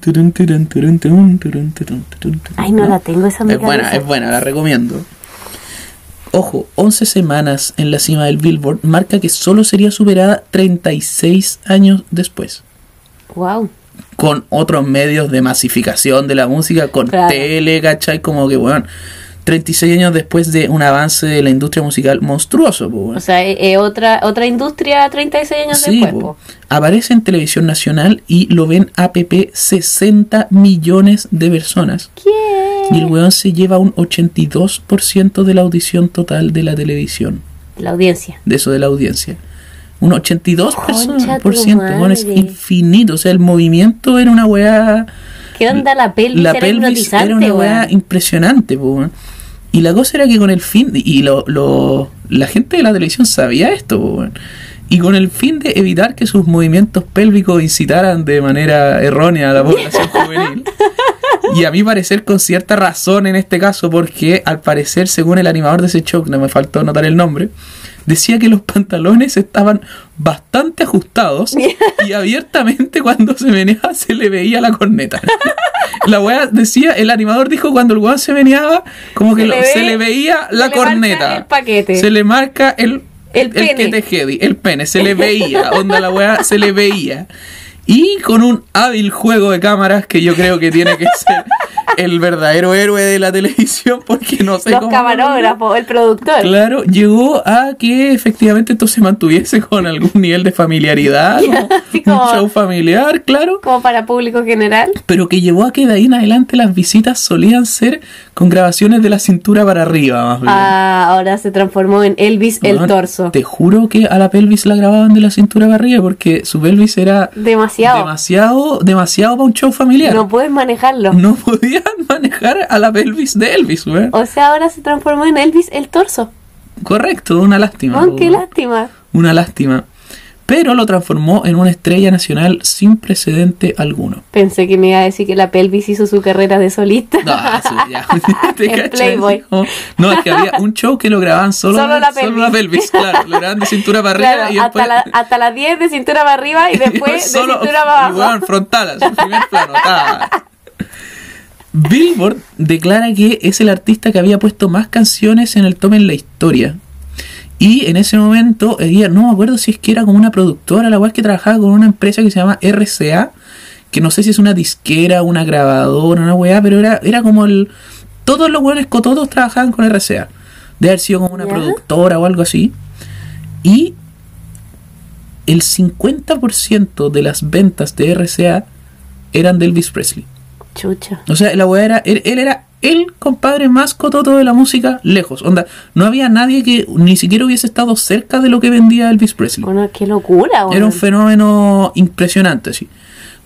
Turun, turun, turun, turun, turun, turun, turun, turun. Ay, no la tengo esa en mi Es buena, cabeza. es buena, la recomiendo. Ojo, 11 semanas en la cima del Billboard marca que solo sería superada 36 años después. Wow. Con otros medios de masificación de la música, con Claro. tele, ¿cachai? Como que, weón, 36 años después de un avance de la industria musical monstruoso, pues, weón. O sea, eh, eh, otra otra industria 36 años Sí, después. po. po. aparece en televisión nacional y lo ven APP 60 millones de personas. Y el weón se lleva un 82% de la audición total de la televisión, La audiencia. de eso de la audiencia. Un 82%, Concha tu por ciento, weón, es madre. infinito. O sea, el movimiento era una weá ¿Qué onda la pelvis? la era pelvis hipnotizante, era una weá weón. impresionante, po, weón. Y la cosa era que con el fin, de- y lo, lo- la gente de la televisión sabía esto, po, weón. y con el fin de evitar que sus movimientos pélvicos incitaran de manera errónea a la población juvenil. Y a mi parecer con cierta razón en este caso, porque al parecer, según el animador de ese show, no me faltó notar el nombre, decía que los pantalones estaban bastante ajustados y abiertamente cuando se meneaba se le veía la corneta. La weá decía, el animador dijo cuando el weón se meneaba, como que Se lo- le ve- se le veía la se le corneta. marca el paquete. Se le marca el, El pene. que te jedi, el pene, se le veía, onda la weá, se le veía. Y con un hábil juego de cámaras que yo creo que tiene que ser el verdadero héroe de la televisión porque no sé Los cómo. camarógrafos, el productor. Claro, llegó a que efectivamente esto se mantuviese con algún nivel de familiaridad, como así como- un show familiar, claro, Como para público general. pero que llevó a que de ahí en adelante las visitas solían ser con grabaciones de la cintura para arriba, más bien. Ah, ahora se transformó en Elvis el Weón, torso. Te juro que a la pelvis la grababan de la cintura para arriba porque su pelvis era Demasiado. demasiado, demasiado para un show familiar. No No, puedes manejarlo. podían manejar a la pelvis de Elvis, weón. O sea, ahora se transformó en Elvis el torso. Correcto, una lástima. Oh, qué weón. lástima. Una lástima. Pero lo transformó en una estrella nacional sin precedente alguno. Pensé que me iba a decir que la pelvis hizo su carrera de solista. No, eso ya. ¿Te En cachas? Playboy. No, no, es que había un show que lo grababan solo, Solo la pelvis. claro. Lo grababan de cintura para arriba Claro, y después. hasta, la- hasta las 10 de cintura para arriba y después Solo- de cintura para abajo. y, weón, frontal, así, en primer plano. ta. Billboard declara que es el artista que había puesto más canciones en el top en la historia. Y en ese momento, eh, ella, no me acuerdo si es que era como una productora, la cual que trabajaba con una empresa que se llama RCA, que no sé si es una disquera, una grabadora, una weá, pero era, era como el. Todos los weones cototos trabajaban con RCA. De haber sido como una Ya. productora o algo así. Y el 50% de las ventas de RCA eran de Elvis Presley. Chucha. O sea, la weá era. Él, él era el compadre más cototo de la música lejos. Onda, no había nadie que ni siquiera hubiese estado cerca de lo que vendía Elvis Presley. Bueno, qué locura, Era bueno. un fenómeno impresionante, sí.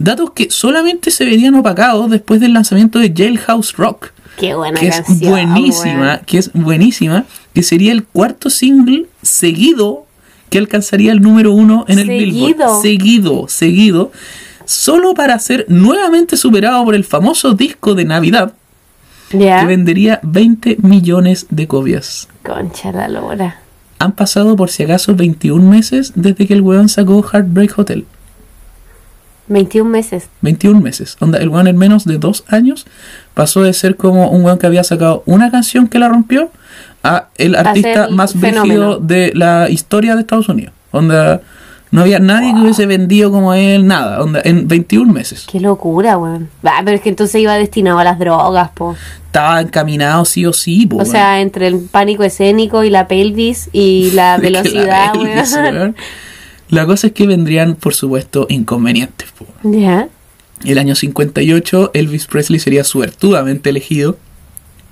Datos que solamente se verían opacados después del lanzamiento de Jailhouse Rock, Qué buena que es canción. buenísima, weón. que es buenísima, que sería el cuarto single seguido que alcanzaría el número uno en el Seguido. Billboard. Seguido, seguido. Solo para ser nuevamente superado por el famoso disco de Navidad, Ya. que vendería 20 millones de copias. Concha la lora. Han pasado por si acaso 21 meses desde que el weón sacó Heartbreak Hotel. 21 meses. 21 meses. Onda, el weón en menos de dos años pasó de ser como un weón que había sacado una canción que la rompió a el artista ser más fenómeno. brígido de la historia de Estados Unidos. Onda, no había nadie que hubiese vendido como él nada. Onda, en 21 meses. Qué locura, weón. Ah, pero es que entonces iba destinado a las drogas, po. Estaba encaminado sí o sí, po, O weón. sea, entre el pánico escénico y la pelvis y la Es que la velocidad, Elvis, weón. weón. La cosa es que vendrían, por supuesto, inconvenientes, po. Ya. El año 58, Elvis Presley sería suertudamente elegido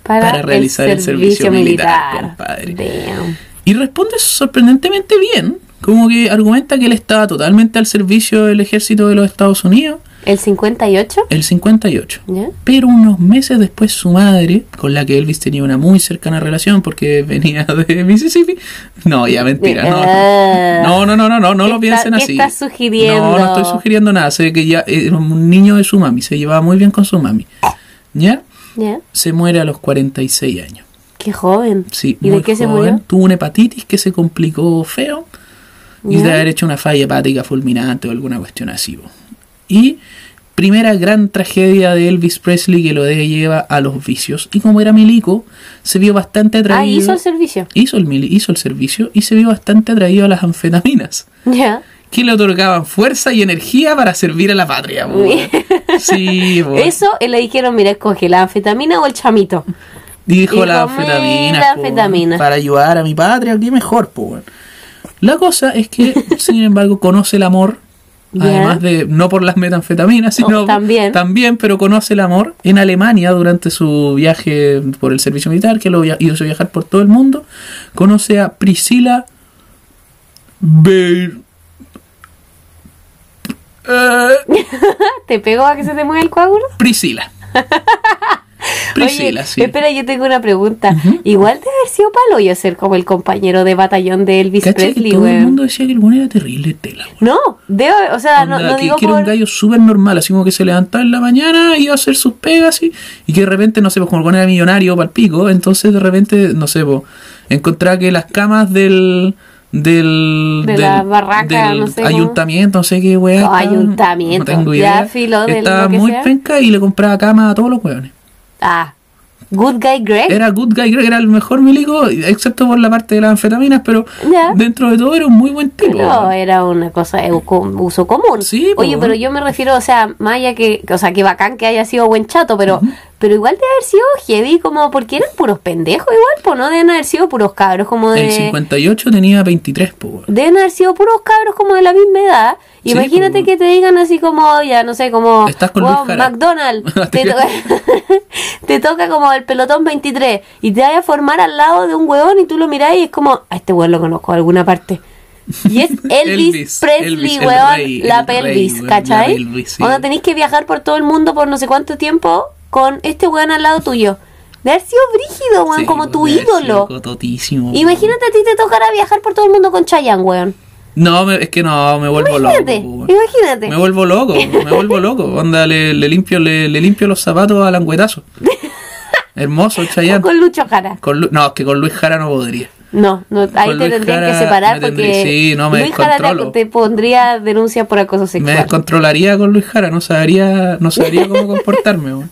Para, Para realizar el servicio militar, compadre. Damn. Y responde sorprendentemente bien. Como que argumenta que él estaba totalmente al servicio del ejército de los Estados Unidos, ¿El 58? el 58. ¿Ya? Pero unos meses después su madre, con la que Elvis tenía una muy cercana relación porque venía de Mississippi. No, ya mentira. Ah. No, no, no, no, no, no lo ¿Qué piensen está- qué así. estás sugiriendo? No, no estoy sugiriendo nada. Sé que ya era un niño de su mami, se llevaba muy bien con su mami. ¿Ya? ¿Ya? Se muere a los 46 años. Qué joven. Sí, ¿Y de muy qué se joven. murió? Tuvo una hepatitis que se complicó feo y Ya. de haber hecho una falla hepática fulminante o alguna cuestión así. po. Y primera gran tragedia de Elvis Presley que lo de lleva a los vicios. Y como era milico, se vio bastante atraído. Ah, hizo el servicio. Hizo el mili- hizo el servicio y se vio bastante atraído a las anfetaminas Ya. que le otorgaban fuerza y energía para servir a la patria. po. Sí, po. Eso eh, le dijeron, mira, escoge la anfetamina o el chamito. Dijo Dijo, la "Mira, anfetamina. po, anfetamina". Para ayudar a mi patria, qué mejor, po, weón. La cosa es que, sin embargo, conoce el amor. Ya. Además de, no por las metanfetaminas, Oh, sino también. pero conoce el amor en Alemania durante su viaje por el servicio militar, que lo via- hizo viajar por todo el mundo. Conoce a Priscila Beir. Eh, ¿Te pegó a que se te mueva el coágulo? Priscila. Priscila, Oye, sí. Espera, yo tengo una pregunta. Igual debe haber sido palo yo ser como el compañero de batallón de Elvis Cacha que Presley, todo el weón. mundo decía que el buen era terrible tela. weón. No, debe, o sea, no, Onda, no que, digo que era por... un gallo súper normal, así como que se levantaba en la mañana, iba a hacer sus pegas y, y que de repente, no sé, pues como el buen era millonario para pico, entonces de repente, no sé, pues encontraba que las camas del. del. De del- la barraca, del no sé, ayuntamiento, no sé qué weón. No, ayuntamiento, No tengo ya, idea. filo, del- Estaba lo que muy sea. penca y le compraba camas a todos los weones. Ah, Good Guy Greg. Era Good Guy Greg, era el mejor milico, excepto por la parte de las anfetaminas, pero Ya. dentro de todo era un muy buen tipo. No, era una cosa de co- uso común. Sí, pues, po. Oye, pero yo me refiero, o sea, Maya que, que- o sea, que bacán que haya sido buen chato, pero pero igual de haber sido heavy, como porque eran puros pendejos igual, pues no deben haber sido puros cabros como El de... 58 tenía 23, po, weón. Deben haber sido puros cabros como de la misma edad. Sí, Imagínate po. que te digan así como, ya no sé, como Estás con "Wow, Luis Jara". McDonald's. te, toca, te toca como el pelotón 23 y te vayas a formar al lado de un huevón y tú lo mirás y es como, a este huevón lo conozco de alguna parte. Y es Elvis, Elvis, Presley, Elvis, el huevón, rey, la el rey, pelvis, huevón, la ¿cachai? pelvis, sí. Onda, tenéis que viajar por todo el mundo por no sé cuánto tiempo con este huevón al lado tuyo. De haber sido brígido, huevón, Sí, pues, como po, tu debe haber sido ídolo. cototísimo, po. Imagínate a ti te tocará viajar por todo el mundo con Chayanne, weón. No, me- es que no, me vuelvo Imagínate, loco. po, weón. imagínate. Me vuelvo loco, me vuelvo loco. Onda, le, le limpio, le, le limpio los zapatos al angüetazo. Hermoso, el O Chayanne. con Lucho Jara. Con Lu- no, es que con Luis Jara no podría. No, no ahí te Con Luis tendrían Jara que separar me porque tendría- sí, no, me Luis Jara te, descontrolo. te pondría denuncia por acoso Me sexual. descontrolaría con Luis Jara, no sabría, no sabría cómo comportarme. weón.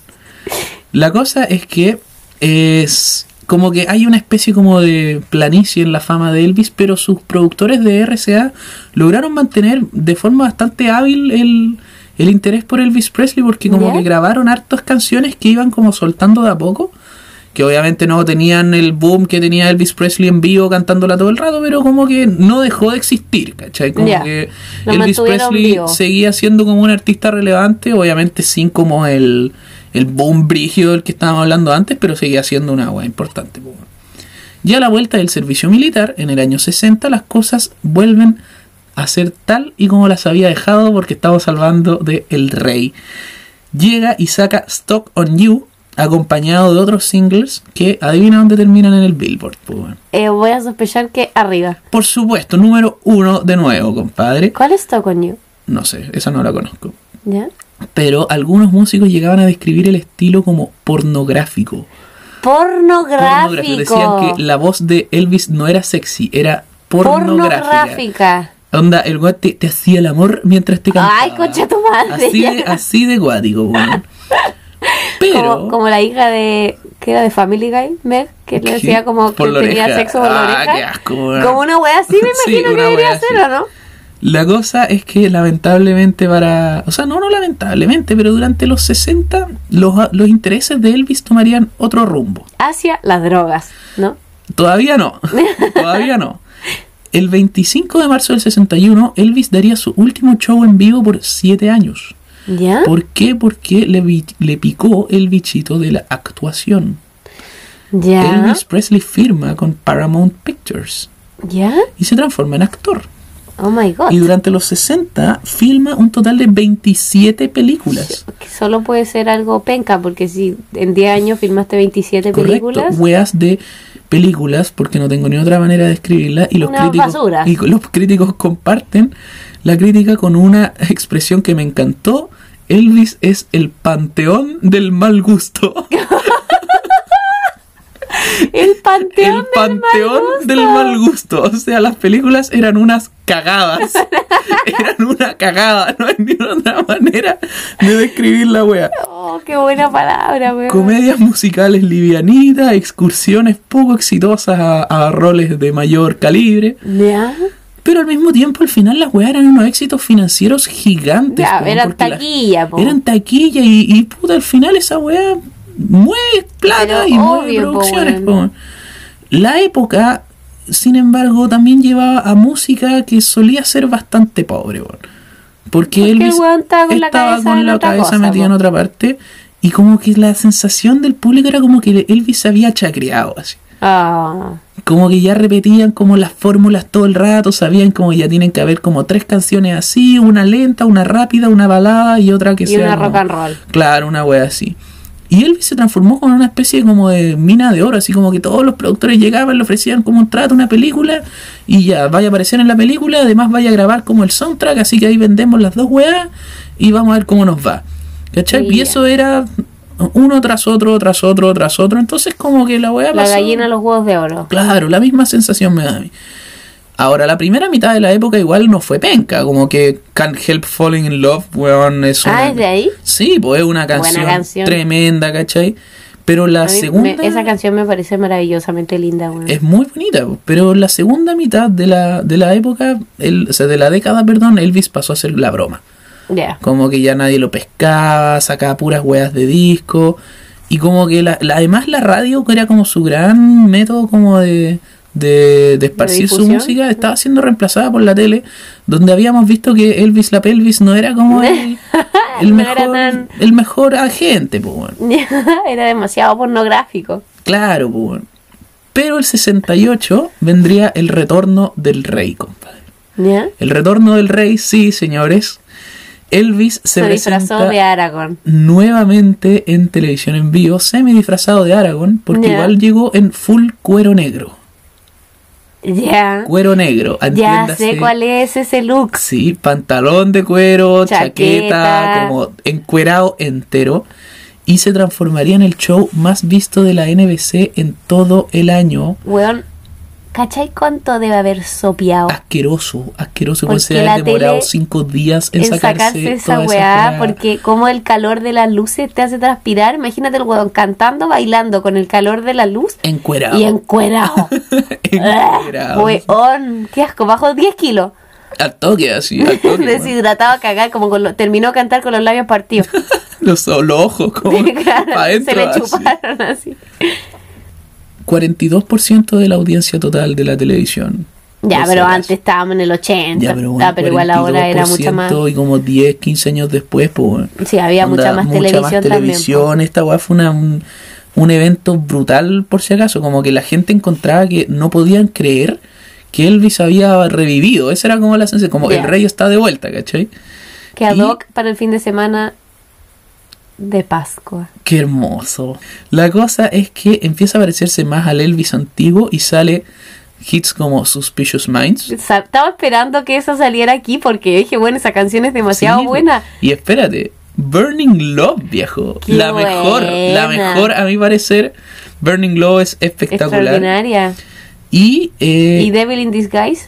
La cosa es que es como que hay una especie como de planicie en la fama de Elvis, pero sus productores de RCA lograron mantener de forma bastante hábil el, el interés por Elvis Presley, porque como ¿Ya? que grabaron hartas canciones que iban como soltando de a poco. Que obviamente no tenían el boom que tenía Elvis Presley en vivo cantándola todo el rato, pero como que no dejó de existir, ¿cachai? Como Ya. que Lo Elvis mantuvieron Presley vivo. seguía siendo como un artista relevante, obviamente sin como el, el boom brígido del que estábamos hablando antes, pero seguía siendo una agua importante. po. Ya a la vuelta del servicio militar, en el año 60, las cosas vuelven a ser tal y como las había dejado porque estamos hablando de El Rey. Llega y saca Stock on You, acompañado de otros singles que adivina dónde terminan en el Billboard. po, weón. Eh, voy a sospechar que arriba. Por supuesto, número uno de nuevo, compadre. ¿Cuál es Talk on You? No sé, esa no la conozco. ¿Ya? Pero algunos músicos llegaban a describir el estilo como pornográfico. Pornográfico. Decían que la voz de Elvis no era sexy, era pornográfica. Pornográfica. Onda, el weón te, te hacía el amor mientras te cantaba. Ay, concha tu madre, Así ya. de, así de guático, weón. Pero... Como, como la hija de. ¿Qué era de Family Guy? Meg, que le ¿Qué? decía como que Por la tenía oreja. sexo por la Ah, oreja. qué asco, weón. Como una wea así, me Sí, imagino que una debería wea así. hacerlo, ¿no? La cosa es que lamentablemente para... O sea, no, no lamentablemente, pero durante los 60 los, los intereses de Elvis tomarían otro rumbo. Hacia las drogas, ¿no? Todavía no, todavía no. El 25 de marzo del 61, Elvis daría su último show en vivo por 7 años. ¿Ya? ¿Por qué? Porque le, bi- le picó el bichito de la actuación. ¿Ya? Elvis Presley firma con Paramount Pictures ¿Ya? y se transforma en actor. Oh my god. Y durante los 60 filma un total de 27 películas. Que solo puede ser algo penca, porque si en 10 años filmaste 27 Correcto, películas, weas de películas, porque no tengo ni otra manera de describirla. Y los, Una críticos, basura. y los críticos comparten la crítica con una expresión que me encantó. Elvis es el panteón del mal gusto. el panteón, el panteón del mal gusto. O sea, las películas eran unas cagadas. eran una cagada. No hay ni otra manera de describir la wea. Oh, qué buena palabra, weón. Comedias musicales livianitas, excursiones poco exitosas a, a roles de mayor calibre. Ya, Pero al mismo tiempo, al final, las weas eran unos éxitos financieros gigantes. ya, po, eran porque la- taquilla, po. eran taquilla y, y, puta, al final esa weá mueve plata Pero y mueve obvio, po, producciones. weón. po, weón. La época, sin embargo, también llevaba a música que solía ser bastante pobre. weón. Porque Porque el Elvis weón estaba con la estaba cabeza en con la otra cabeza cosa, metida en po. otra parte y como que la sensación del público era como que Elvis se había chacreado así. Ah, Como que ya repetían como las fórmulas todo el rato, sabían como ya tienen que haber como tres canciones así, una lenta, una rápida, una balada y otra que y sea una como- rock and roll. Claro, una wea así. Y Elvis se transformó como en una especie como de mina de oro, así como que todos los productores llegaban, le ofrecían como un trato, una película, y ya, vaya a aparecer en la película, además vaya a grabar como el soundtrack, así que ahí vendemos las dos weas y vamos a ver cómo nos va. ¿Cachai? Y Ya. eso era uno tras otro, tras otro, tras otro. Entonces como que la wea La pasó- gallina los huevos de oro. Claro, la misma sensación me da a mí. Ahora, la primera mitad de la época igual no fue penca, como que Can't Help Falling in Love, weón, es Ah, una- ¿es de ahí? Sí, pues es una canción, canción. tremenda, ¿cachai? Pero la A mí me- segunda esa canción me parece maravillosamente linda, weón. es muy bonita, po, pero la segunda mitad de la, de la época, el, o sea, de la década, perdón, Elvis pasó a ser la broma. Ya. Como que ya nadie lo pescaba, sacaba puras weas de disco. Y como que la, la- además la radio, que era como su gran método como de, de, de esparcir su difusión. música, estaba siendo reemplazada por la tele, donde habíamos visto que Elvis la pelvis no era como el, el No mejor, era tan- el mejor agente, pues bueno. Era demasiado pornográfico. Claro, pues bueno. Pero el 68 vendría el retorno del rey, compadre. ¿Ya? El retorno del rey, sí, señores. Elvis se, Se, disfrazó presenta- de Aragorn. nuevamente en televisión en vivo, semi disfrazado de Aragorn, porque Ya. igual llegó en full cuero negro. Ya. Cuero negro, Ya entiéndase. sé cuál es ese look. Sí, pantalón de cuero, chaqueta, Chaqueta. como encuerado entero. Y se transformaría en el show más visto de la NBC en todo el año. Weón, ¿cachai cuánto debe haber sopeado? Ah, Asqueroso, asqueroso, Porque como se ha la demorado tele- cinco días en, en sacarse, esa toda esa weá, weá. porque como el calor de las luces te hace transpirar, imagínate el weón cantando, bailando con el calor de la luz Encuerado. y encuerado. Encuerado. weón, qué asco, bajo 10 kilos. Al toque, así, al toque. weón. Deshidratado a cagar, como con lo- terminó de cantar con los labios partidos. Los, los ojos, como Claro, pa' se dentro, le así. chuparon así. 42% de la audiencia total de la televisión. Ya, Por si pero acaso. antes estábamos en el 80. Ya, pero, bueno, Ah, pero igual ahora era mucha más. 42% Y como 10, 15 años después, pues. bueno, Sí, había mucha más televisión también, televisión. Esta weá fue una, un, un evento brutal, por si acaso. Como que la gente encontraba que no podían creer que Elvis había revivido. Esa era como la sensación. Como Ya. el rey está de vuelta, ¿cachai? Que ad Y- hoc para el fin de semana de Pascua. Qué hermoso. La cosa es que empieza a parecerse más al Elvis antiguo y sale hits como Suspicious Minds. Sa- Estaba esperando que esa saliera aquí porque yo dije, bueno, esa canción es demasiado Sí, buena. Y espérate, Burning Love, viejo. Qué la mejor, la buena. mejor, a mi parecer. Burning Love es espectacular. Extraordinaria. Y, eh, y Devil in Disguise.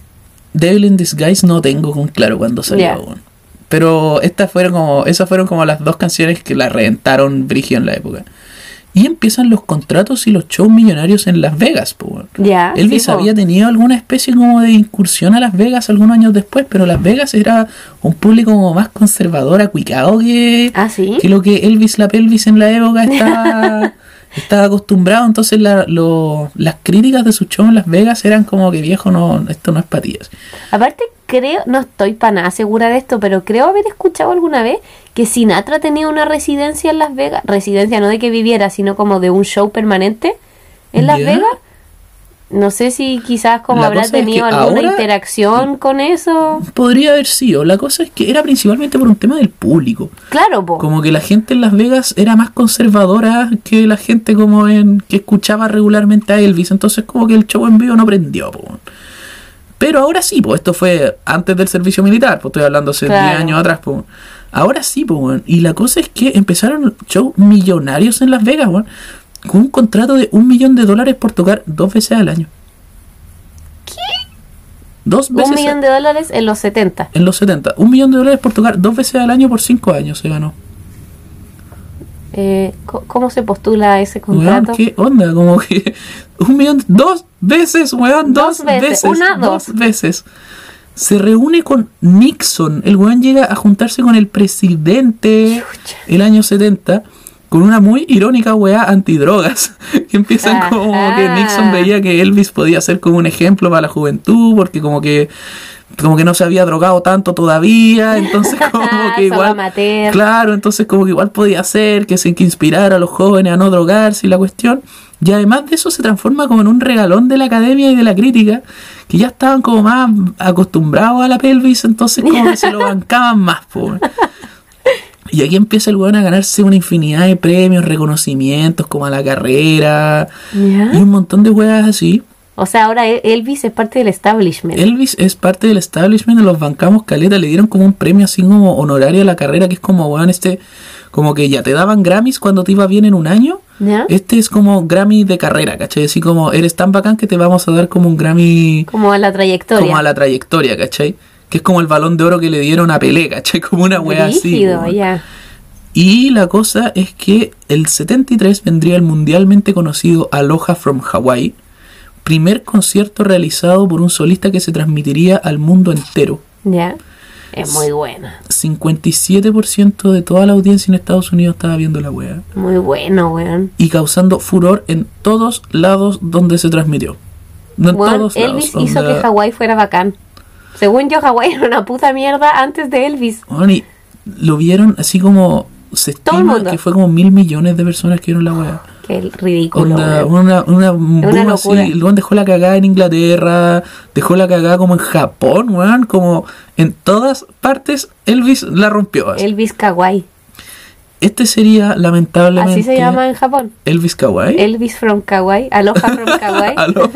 Devil in Disguise no tengo con claro cuándo salió. Ya. weón. Pero estas fueron como, esas fueron como las dos canciones que la reventaron Brigio en la época. Y empiezan los contratos y los shows millonarios en Las Vegas, po, weón. Ya. Elvis Ah, sí, po. había tenido alguna especie como de incursión a Las Vegas algunos años después, pero Las Vegas era un público como más conservador, acuicado que, Ah, sí. que lo que Elvis la pelvis en la época estaba, estaba acostumbrado. Entonces la- lo- las críticas de su show en Las Vegas eran como que viejo, no, esto no es para ti. Aparte, creo, no estoy para nada segura de esto, pero creo haber escuchado alguna vez que Sinatra tenía una residencia en Las Vegas. Residencia no de que viviera, sino como de un show permanente en Las Ya. Vegas. No sé si quizás como La habrá cosa es que tenido alguna ahora- interacción con eso. Podría haber sido. La cosa es que era principalmente por un tema del público. Claro, po. Como que la gente en Las Vegas era más conservadora que la gente como en que escuchaba regularmente a Elvis, entonces como que el show en vivo no prendió. po. Pero ahora sí, pues esto fue antes del servicio militar, pues estoy hablando hace 10 Claro. años atrás, pues. Ahora sí, pues, weón. y la cosa es que empezaron shows millonarios en Las Vegas, weón, con un contrato de un millón de dólares por tocar dos veces al año. ¿Qué? Dos veces un al- millón de dólares en los 70. en los 70. Un millón de dólares por tocar dos veces al año por cinco años se ganó. Eh, co- ¿Cómo se postula ese Weón, contrato? ¿qué onda? Como que un millón, dos veces, weón, dos, Dos veces, una, dos. veces. Se reúne con Nixon. El weón llega a juntarse con el presidente el año 70 con una muy irónica weá antidrogas. Que empiezan Ah, como que Ajá. Nixon veía que Elvis podía ser como un ejemplo para la juventud porque como que como que no se había drogado tanto todavía, entonces como que Solo igual amateur. Claro, entonces como que igual podía ser que se que inspirara a los jóvenes a no drogarse y la cuestión. Y además de eso se transforma como en un regalón de la academia y de la crítica, que ya estaban como más acostumbrados a la pelvis, entonces como que se lo bancaban más, pobre. Y aquí empieza el weón a ganarse una infinidad de premios, reconocimientos, como a la carrera, Ya. y un montón de weas así. O sea, ahora El- Elvis es parte del establishment. Elvis es parte del establishment, los bancamos caleta, le dieron como un premio así como honorario a la carrera, que es como, weón, este, como que ya te daban Grammys cuando te iba bien en un año. ¿Ya? Este es como Grammy de carrera, ¿cachai? Así como, eres tan bacán que te vamos a dar como un Grammy, Como a la trayectoria. como a la trayectoria, ¿cachai? Que es como el balón de oro que le dieron a Pelé, ¿cachai? Como una wea así. Rígido, weón. ya. Y la cosa es que el 73 vendría el mundialmente conocido Aloha from Hawaii, primer concierto realizado por un solista que se transmitiría al mundo entero. Ya. Es muy buena. 57% de toda la audiencia en Estados Unidos estaba viendo la wea Muy bueno, weón. y causando furor en todos lados donde se transmitió. No en Weón, todos Elvis lados. hizo onda- que Hawái fuera bacán. Según yo, Hawái era una puta mierda antes de Elvis. Weón, y lo vieron así como se Todo el estima mundo. que fue como mil millones de personas que vieron la weá. Qué ridículo. Onda, weón. una, una, boom así. locura. El weón dejó la cagada en Inglaterra, dejó la cagada como en Japón, weón, como en todas partes Elvis la rompió. así. Elvis Kawaii. Este sería lamentablemente Así se llama en Japón. Elvis Kawaii. Elvis from Kawaii. Aloha from Kawaii. Aló.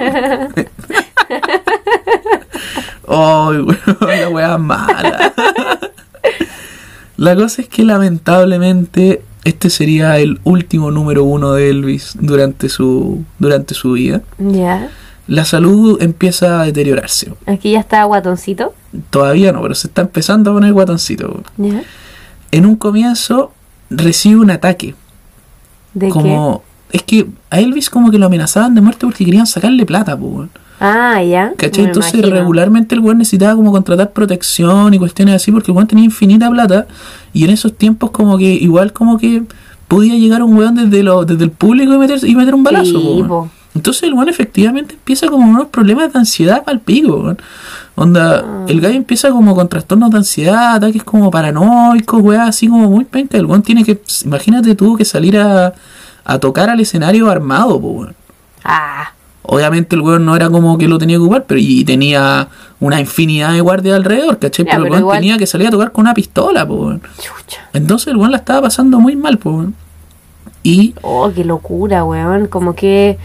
Ay, weón, la wea mala. La cosa es que lamentablemente este sería el último número uno de Elvis durante su, durante su vida. Ya. La salud empieza a deteriorarse. Aquí ya está Guatoncito. Todavía no, pero se está empezando a poner guatoncito. Ya. En un comienzo recibe un ataque. ¿De qué? como Es que a Elvis como que lo amenazaban de muerte porque querían sacarle plata, pues. weón. Ah, ya. ¿Cachai? Me Entonces imagino. regularmente el weón necesitaba como contratar protección y cuestiones así porque el weón tenía infinita plata y en esos tiempos como que igual como que podía llegar un weón desde, lo, desde el público y meter, y meter un balazo. Sí, po, weón. po. Entonces el weón efectivamente empieza como unos problemas de ansiedad al pico. weón. Onda, Ah. el gallo empieza como con trastornos de ansiedad, ataques como paranoicos, weón, así como muy penca. El weón tiene que, imagínate, tuvo que salir a, a tocar al escenario armado, po, weón. Ah, Obviamente el weón no era como que lo tenía que ocupar, pero y tenía una infinidad de guardias alrededor, ¿cachai? Ya, pero el pero weón igual. tenía que salir a tocar con una pistola, po, weón. chucha. Entonces el weón la estaba pasando muy mal, po, weón. Y Oh, qué locura, weón. Como que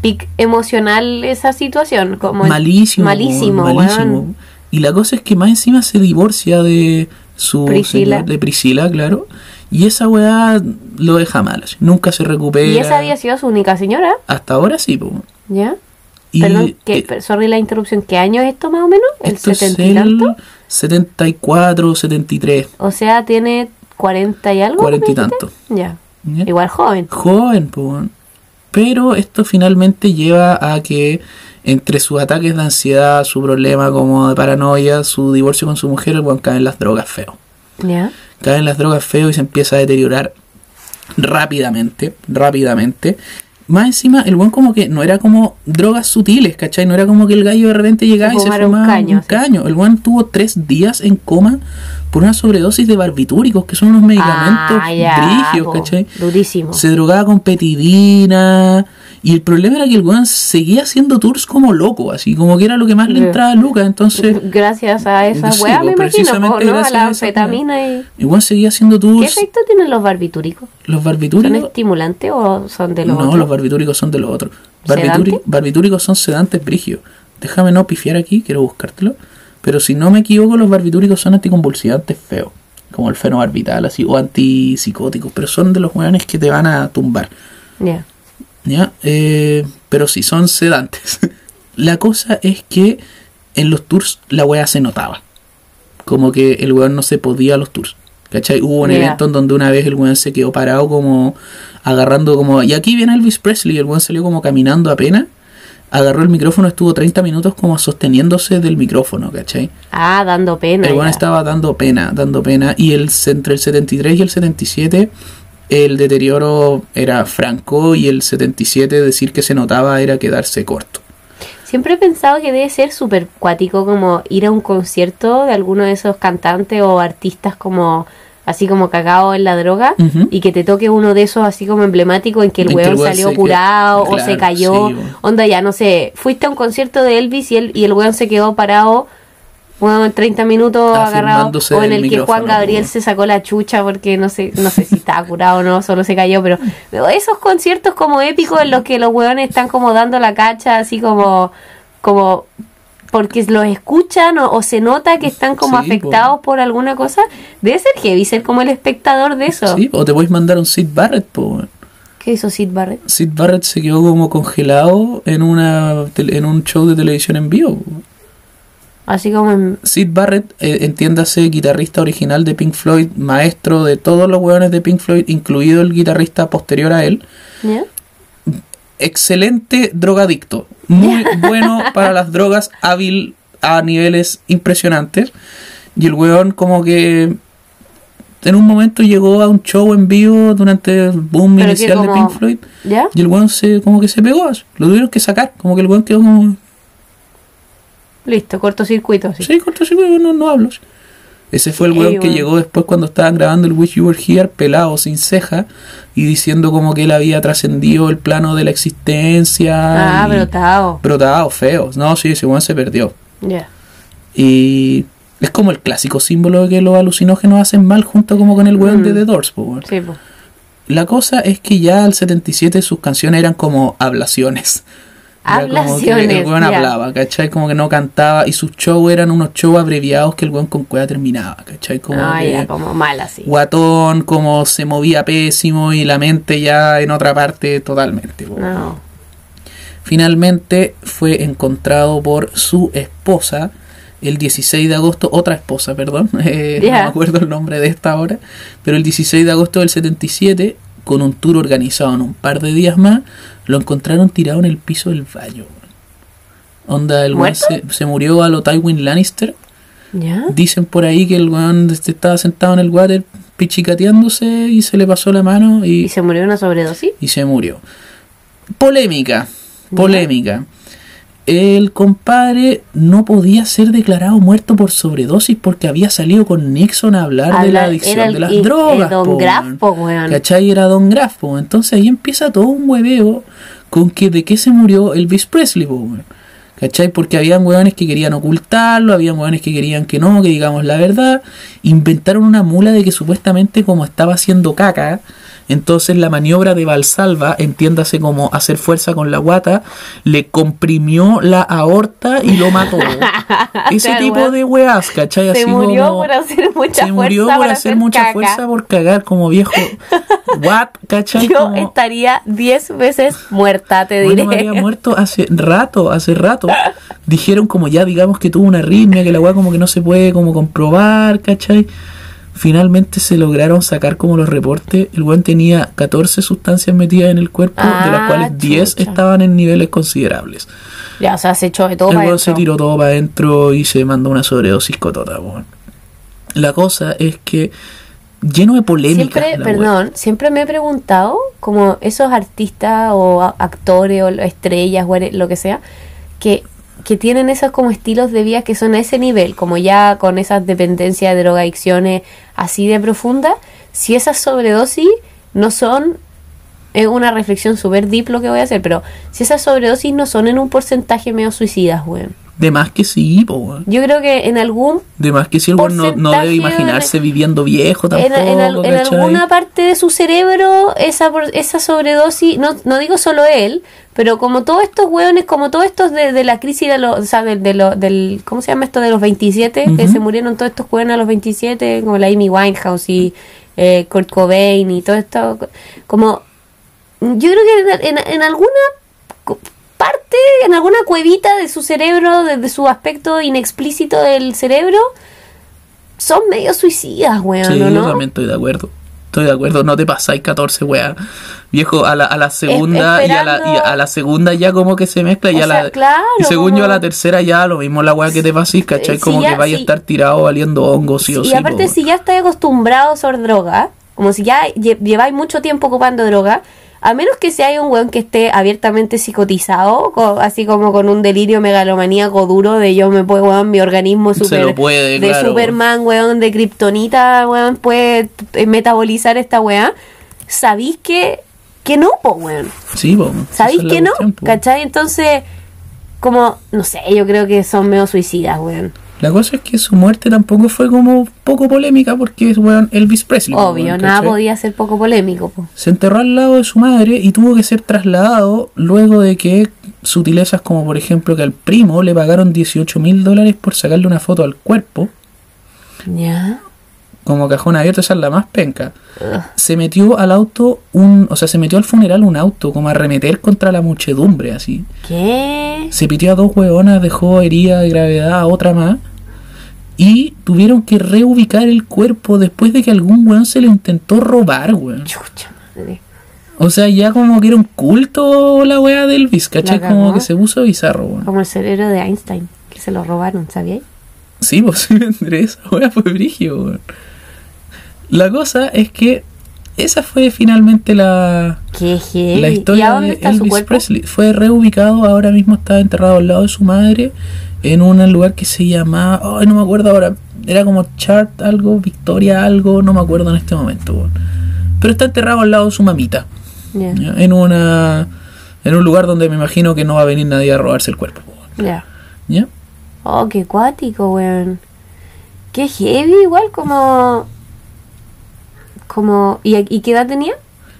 pic emocional esa situación. Como malísimo, po, Malísimo, weón, malísimo. weón. Y la cosa es que más encima se divorcia de su Priscila. señor- de Priscila, claro. Y esa weá lo deja mal, así, nunca se recupera. Y esa había sido su única señora, Hasta ahora sí, po. weón. ¿ya? Y, Perdón, que, eh, per- sorry la interrupción. ¿Qué año es esto más o menos? ¿El esto es setenta y tanto? el 74, 73. O sea, tiene 40 y algo. Cuarenta y ¿me dijiste? tanto. Ya. ¿ya? Igual joven. joven, po, weón. pero esto finalmente lleva a que entre sus ataques de ansiedad, su problema como de paranoia, su divorcio con su mujer, el weón cae en las drogas feo. Ya. Cae en las drogas feo y se empieza a deteriorar rápidamente, rápidamente. Más encima, el buen como que no era como drogas sutiles, ¿cachai? No era como que el gallo de repente llegaba y se fumara un fumaba un caño, caño. sí. El buen tuvo tres días en coma por una sobredosis de barbitúricos, que son unos medicamentos Ah, ya. rígidos, po. ¿cachai? Durísimo. Se drogaba con petidina. Y el problema era que el weón seguía haciendo tours como loco, así como que era lo que más le Ya. entraba a Lucas. Entonces, Gracias a esa Sí, weá, po, me imagino, po, precisamente ¿no? A gracias la a esa anfetamina y... el weón seguía haciendo ¿Qué tours. efecto tienen los barbitúricos? Los ¿Son barbitúricos. estimulantes o son de los No, otros? los barbitúricos son de los otros. ¿Sedante? Barbitúri- barbitúricos son sedantes brígidos. Déjame no pifiar aquí, quiero buscártelo. Pero si no me equivoco, los barbitúricos son anticonvulsivantes feos. Como el fenobarbital, así, o antipsicóticos. Pero son de los weones que te van a tumbar. Ya. ¿ya? Eh, pero sí, son sedantes. la cosa es que en los tours la weá se notaba. Como que el weón no se podía a los tours. ¿Cachai? Hubo un Ya. evento en donde una vez el weón se quedó parado como agarrando como... Y aquí viene Elvis Presley, el weón salió como caminando apenas. Agarró el micrófono, estuvo 30 minutos como sosteniéndose del micrófono, ¿cachai? Ah, dando pena. El weón ya. estaba dando pena, dando pena. Y el, entre el 73 y el 77, el deterioro era franco. Y el 77, decir que se notaba era quedarse corto. Siempre he pensado que debe ser súper cuático como ir a un concierto de alguno de esos cantantes o artistas como así como cagado en la droga Ujú. y que te toque uno de esos así como emblemático en que el En que el weón weón salió se que- curado o se claro, cayó. sí, weón. Onda ya, no sé, fuiste a un concierto de Elvis y el, y el weón se quedó parado. Bueno, 30 minutos agarrado Afirmándose o en del el que Juan micrófono, Gabriel weón. se sacó la chucha porque no sé no sé si estaba curado o no, solo se cayó, pero pero esos conciertos como épicos en los que los hueones están como dando la cacha, así como como porque los escuchan o, o se nota que están como Sí, afectados por alguna cosa, debe ser heavy ser como el espectador de eso. ¿Sí? O te podéis mandar un Sid Barrett, po. weón. ¿Qué hizo Sid Barrett? Sid Barrett se quedó como congelado en, una, tele- en un show de televisión en vivo. po. Así como en- Sid Barrett, eh, entiéndase, guitarrista original de Pink Floyd, maestro de todos los hueones de Pink Floyd, incluido el guitarrista posterior a él. ¿ya? Excelente drogadicto. Muy bueno para las drogas, hábil a niveles impresionantes. Y el weón como que en un momento llegó a un show en vivo durante el Pero boom que inicial como- de Pink Floyd. ¿Ya? Y el weón se, como que se pegó, así. lo tuvieron que sacar, como que el weón quedó como... Listo, cortocircuito. Así. Sí, corto, sí, weón, no, no hablo. sí. Ese fue el Ey, weón que weón. llegó después cuando estaban grabando el Wish You Were Here, pelado, sin ceja, y diciendo como que él había trascendido el plano de la existencia. Ah, y- brotado. Brotado, feo. No, sí, ese weón se perdió. Ya. Y es como el clásico símbolo de que los alucinógenos hacen mal junto como con el weón Mm. de The Doors, po, weón. Sí, po. La cosa es que ya al 77 sus canciones eran como ablaciones. Era como que Ablaciones, El weón ya. hablaba, ¿cachai? Como que no cantaba. Y sus shows eran unos shows abreviados que el weón con cueva terminaba, ¿cachai? Como Ah, que ya, como mal así. guatón, como se movía pésimo y la mente ya en otra parte totalmente. po. No. Finalmente fue encontrado por su esposa el 16 de agosto, otra esposa, perdón, eh, Ya. no me acuerdo el nombre de esta ahora, pero el 16 de agosto del 77, con un tour organizado en un par de días más, lo encontraron tirado en el piso del baño. Onda, el weón ¿Muerto? Ah. se, se murió a lo Tywin Lannister. ¿Ya? Dicen por ahí que el weón este, estaba sentado en el water pichicateándose y se le pasó la mano ¿Y se murió de una sobredosis? y se murió. Polémica, polémica. El compadre no podía ser declarado muerto por sobredosis porque había salido con Nixon a hablar de la Habla- adicción era el- de las y- eh, drogas. Don po, Graff, weón. po, weón. ¿Cachai? Era Don Graff, po. Entonces ahí empieza todo un hueveo con que de qué se murió Elvis Presley, po, weón. ¿Cachai? Porque habían hueones que querían ocultarlo, habían hueones que querían que no, que digamos la verdad. Inventaron una mula de que supuestamente como estaba haciendo caca, entonces la maniobra de Valsalva, entiéndase como hacer fuerza con la guata, le comprimió la aorta y lo mató. Ese Claro, tipo weón. de hueás, ¿cachai? Se Así murió como- por hacer mucha fuerza. se murió por para hacer, mucha caca. fuerza por cagar como viejo. What, ¿cachai? Yo Como- estaría 10 veces muerta, te diré. bueno, me había muerto hace rato, hace rato. Dijeron como ya, digamos que tuvo una arritmia, que la weá como que no se puede como comprobar, ¿cachai? Finalmente se lograron sacar como los reportes. El weón tenía 14 sustancias metidas en el cuerpo, de Ah, las cuales 10 chucha. estaban en niveles considerables. ya, o sea, se echó de todo El para weón se adentro. tiró todo para adentro y se mandó una sobredosis cotota, weón. La cosa es que lleno de polémica. Siempre, la weá. perdón, siempre me he preguntado, como esos artistas o a- actores o lo- estrellas o lo que sea, que, que tienen esos como estilos de vida que son a ese nivel, como ya con esas dependencias de drogadicciones así de profunda, si esas sobredosis no son, es una reflexión súper deep lo que voy a hacer, pero si esas sobredosis no son en un porcentaje medio suicidas, weón. De más que sí, po, weón. Yo creo que en algún De más que sí, el weón no, no Porcentaje debe imaginarse de- viviendo viejo en, tampoco. en al- en ¿cachai? alguna parte de su cerebro esa, por- esa sobredosis, no, no digo solo él, pero como todos estos hueones, como todos estos de, de la crisis, de los, o sea, de, de lo- del, ¿cómo se llama esto? De los 27, que Ujú. se murieron todos estos hueones a los 27, como la Amy Winehouse y eh, Kurt Cobain y todo esto, como yo creo que en, en- en alguna co- parte, en alguna cuevita de su cerebro, de, de su aspecto inexplícito del cerebro, son medio suicidas, weón, Sí, ¿o yo ¿no? también estoy de acuerdo. Estoy de acuerdo, no te pasáis 14, weá. Viejo, a la, a la segunda y a la, y a la segunda ya como que se mezcla. Y, O a la, sea, claro, y según como- yo a la tercera ya lo mismo la weá que te pasís, ¿cachai? Sí, como ya, que vaya sí. a estar tirado valiendo hongo, sí o y sí. aparte, po, si ya estás acostumbrado a usar droga, como si ya lle- lleváis mucho tiempo ocupando droga, a menos que sea un weón que esté abiertamente psicotizado, co- así como con un delirio megalomaníaco duro de yo me puedo, weón, mi organismo Se super, lo puede, de claro. Superman, weón, de Kryptonita, weón, puede eh, metabolizar esta weá, sabéis que, que no, po, weón. Sí, po, ¿Sabéis esa es la que no? cuestión, po. ¿Cachai? Entonces, como, no sé, yo creo que son medio suicidas, weón. La cosa es que su muerte tampoco fue como poco polémica porque es, weón, Elvis Presley. po, Obvio, weón, nada ¿cachai? podía ser poco polémico, po. Se enterró al lado de su madre y tuvo que ser trasladado luego de que sutilezas como por ejemplo que al primo le pagaron 18 mil dólares por sacarle una foto al cuerpo, Ya. como cajón abierto, esa es la más penca. Se metió al auto un, o sea, se metió al funeral un auto, como a remeter contra la muchedumbre, así. ¿Qué? Se pitió a dos hueonas, dejó herida de gravedad a otra más. Y tuvieron que reubicar el cuerpo después de que algún weón se lo intentó robar, weón. Chucha madre. O sea, ya como que era un culto la weá de Elvis, ¿cachai? La Como cagó. que se puso bizarro, weón. Como el cerebro de Einstein, que se lo robaron, ¿sabías? Sí, posiblemente esa weá fue brígido, weón. La cosa es que esa fue finalmente la, Qué heavy. la ¿Y a historia dónde de está su Elvis cuerpo? Presley. Fue reubicado, ahora mismo está enterrado al lado de su madre en un lugar que se llamaba, ay no me acuerdo ahora, era como Chart algo, Victoria algo, no me acuerdo en este momento. weón. Pero está enterrado al lado de su mamita, Ya, ¿ya? en una en un lugar donde me imagino que no va a venir nadie a robarse el cuerpo. weón, ya. ¿ya? Oh, qué cuático, weón. Qué heavy, igual, como. Como. ¿Y, a- y qué edad tenía?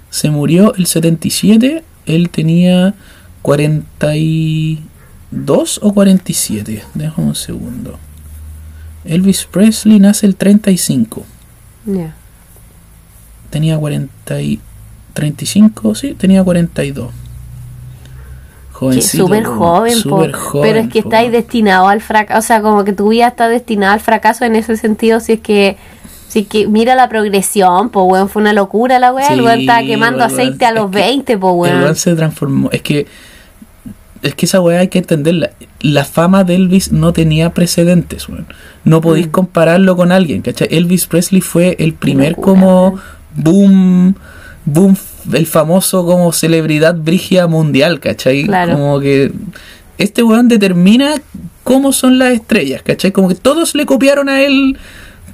Se murió el 77, él tenía 42 o 47, déjame un segundo. Elvis Presley nace el 35, Ya. tenía 40 y 35, sí, tenía 42. Que Jovencito, Súper po, joven, po. súper joven, Pero es que po. estáis destinado al fracaso. O sea, como que tu vida está destinada al fracaso en ese sentido, si es que. Si es que mira la progresión, po, weón. Fue una locura la weón. Sí, el weón estaba quemando el weón- aceite a es los que 20, po, El weón. weón se transformó. Es que. Es que esa weá hay que entenderla. La fama de Elvis no tenía precedentes, weón. No podéis Mm. compararlo con alguien, ¿cachai? Elvis Presley fue el primer locura, como boom, boom, f- el famoso como celebridad brigia mundial, ¿cachai? Claro. Como que este weón determina cómo son las estrellas, ¿cachai? Como que todos le copiaron a él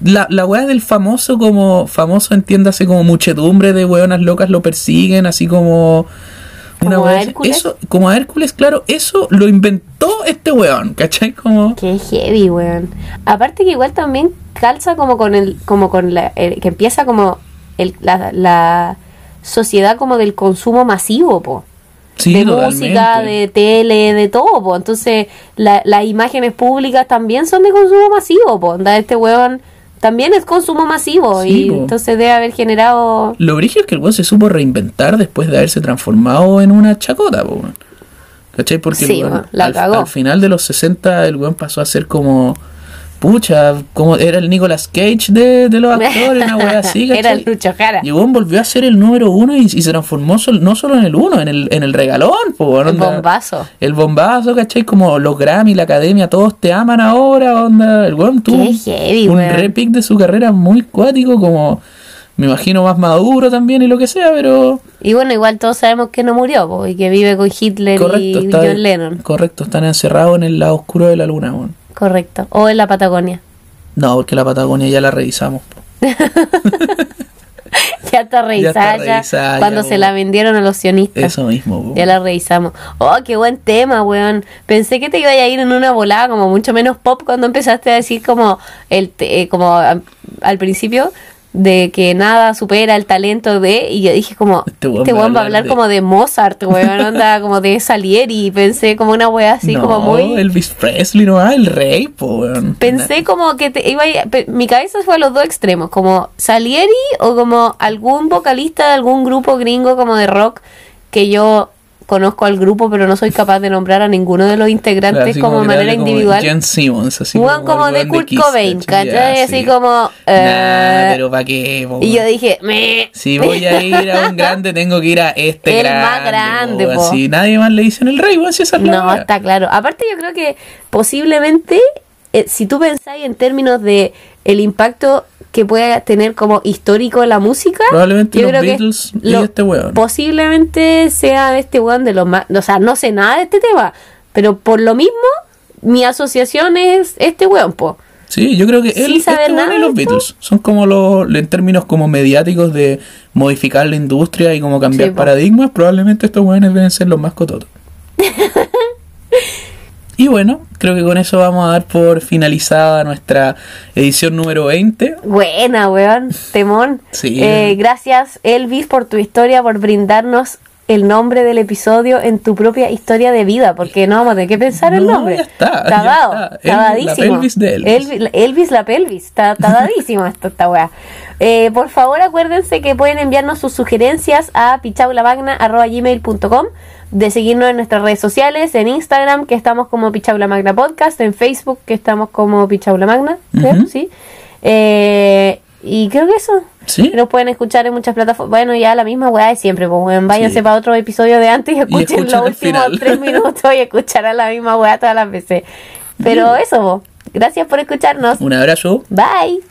la, la weá del famoso, como famoso, entiéndase, como muchedumbre de weonas locas lo persiguen, así como... ¿Como weá a así. Hércules? Eso, como a Hércules, claro, eso lo inventó este weón, ¿cachai? Como... Qué heavy, weón. Aparte que igual también calza como con el, como con la, el- que empieza como el- la, la sociedad como del consumo masivo, po. Sí, de totalmente. música, de tele, de todo, po. Entonces, la- las imágenes públicas también son de consumo masivo, po. Onda, este weón también es consumo masivo Sí, y po. entonces debe haber generado... Lo brillo es que el weón se supo reinventar después de haberse transformado en una chacota, po, weón. ¿Cachai? Porque el Sí, weón, weón, la al, cagó. al final de los 60 el weón pasó a ser como... Pucha, como era el Nicolas Cage de, de los actores, una weá así, Era ¿cachai? el Lucho Jara. Y weón volvió a ser el número uno y, y se transformó sol- no solo en el uno, en el, en el regalón, po, weón, El onda. bombazo. El bombazo, ¿cachai? Como los Grammy, la academia, todos te aman ahora, onda. El weón tuvo Qué heavy, un weón. repic de su carrera muy cuático, como me imagino más maduro también y lo que sea, pero Y bueno, igual todos sabemos que no murió, po, y que vive con Hitler correcto, y está, John Lennon. correcto, están encerrados en el lado oscuro de la luna, weón. Correcto. O en la Patagonia. No, porque la Patagonia ya la revisamos. po. Ya está revisada. ya, revisada, cuando ya, se la weón. vendieron a los sionistas. Eso mismo, po. Ah, Ya la revisamos. Oh, qué buen tema, weón. Pensé que te iba a ir en una volada como mucho menos pop cuando empezaste a decir como el te- eh, como a- al principio de que nada supera el talento de y yo dije como Este weón este va a weón va a hablar hablar de- como de Mozart, weón, onda como de Salieri, pensé como una weá así no, como muy Elvis Presley, no, ah, el rey, po, weón. Pensé como que te iba a ir- pe- mi cabeza fue a los dos extremos, como Salieri o como algún vocalista de algún grupo gringo como de rock que yo conozco al grupo pero no soy capaz de nombrar a ninguno de los integrantes Claro, así como de que manera dale como individual. Jen Simmons, así Weón, como el de weón Kurt Kiss, Cobain, ¿cachai? ¿cachai? Ya, Así sí. como, eh, nah, pero pa' qué, po, y yo weón. dije, me Si voy a ir a un grande, tengo que ir a este El grande. más grande, weón. po. Si nadie más le dicen el rey, weón, si esa es la No, weá. está claro. Aparte yo creo que posiblemente, eh, si tú pensáis en términos de el impacto que pueda tener como histórico la música, Probablemente yo los creo que Beatles y este weón. Posiblemente sea este weón de los más... O sea, no sé nada de este tema, pero por lo mismo, mi asociación es este weón, po. Sí, yo creo que Sin él, este saber weón nada y los de esto. Beatles son como los, en términos como mediáticos de modificar la industria y como cambiar Sí, po. paradigmas, probablemente estos weones deben ser los más cototos. y bueno, creo que con eso vamos a dar por finalizada nuestra edición número 20. Buena, weón. Temón. Sí. Eh, gracias, Elvis, por tu historia, por brindarnos el nombre del episodio en tu propia historia de vida, porque no vamos a tener que pensar el No, nombre. ya está, Está ya dado, está. está Elvis, la dadísimo. pelvis de Elvis. Elvi- la- Elvis la pelvis, está, está dadísimo esto, esta weá. Eh, por favor, acuérdense que pueden enviarnos sus sugerencias a pichaulamagna.gmail.com de seguirnos en nuestras redes sociales, en Instagram, que estamos como Pichaulamagna Podcast, en Facebook, que estamos como Pichaulamagna, creo, Ujú. ¿sí? Eh, y creo que eso. Sí. Nos pueden escuchar en muchas plataformas. Bueno, ya la misma weá de siempre, pues weón. váyanse Sí. para otro episodio de antes y escuchen escuchen los el últimos final. tres minutos y escucharán la misma weá todas las veces. Pero eso, po. gracias por escucharnos. Un abrazo. Bye.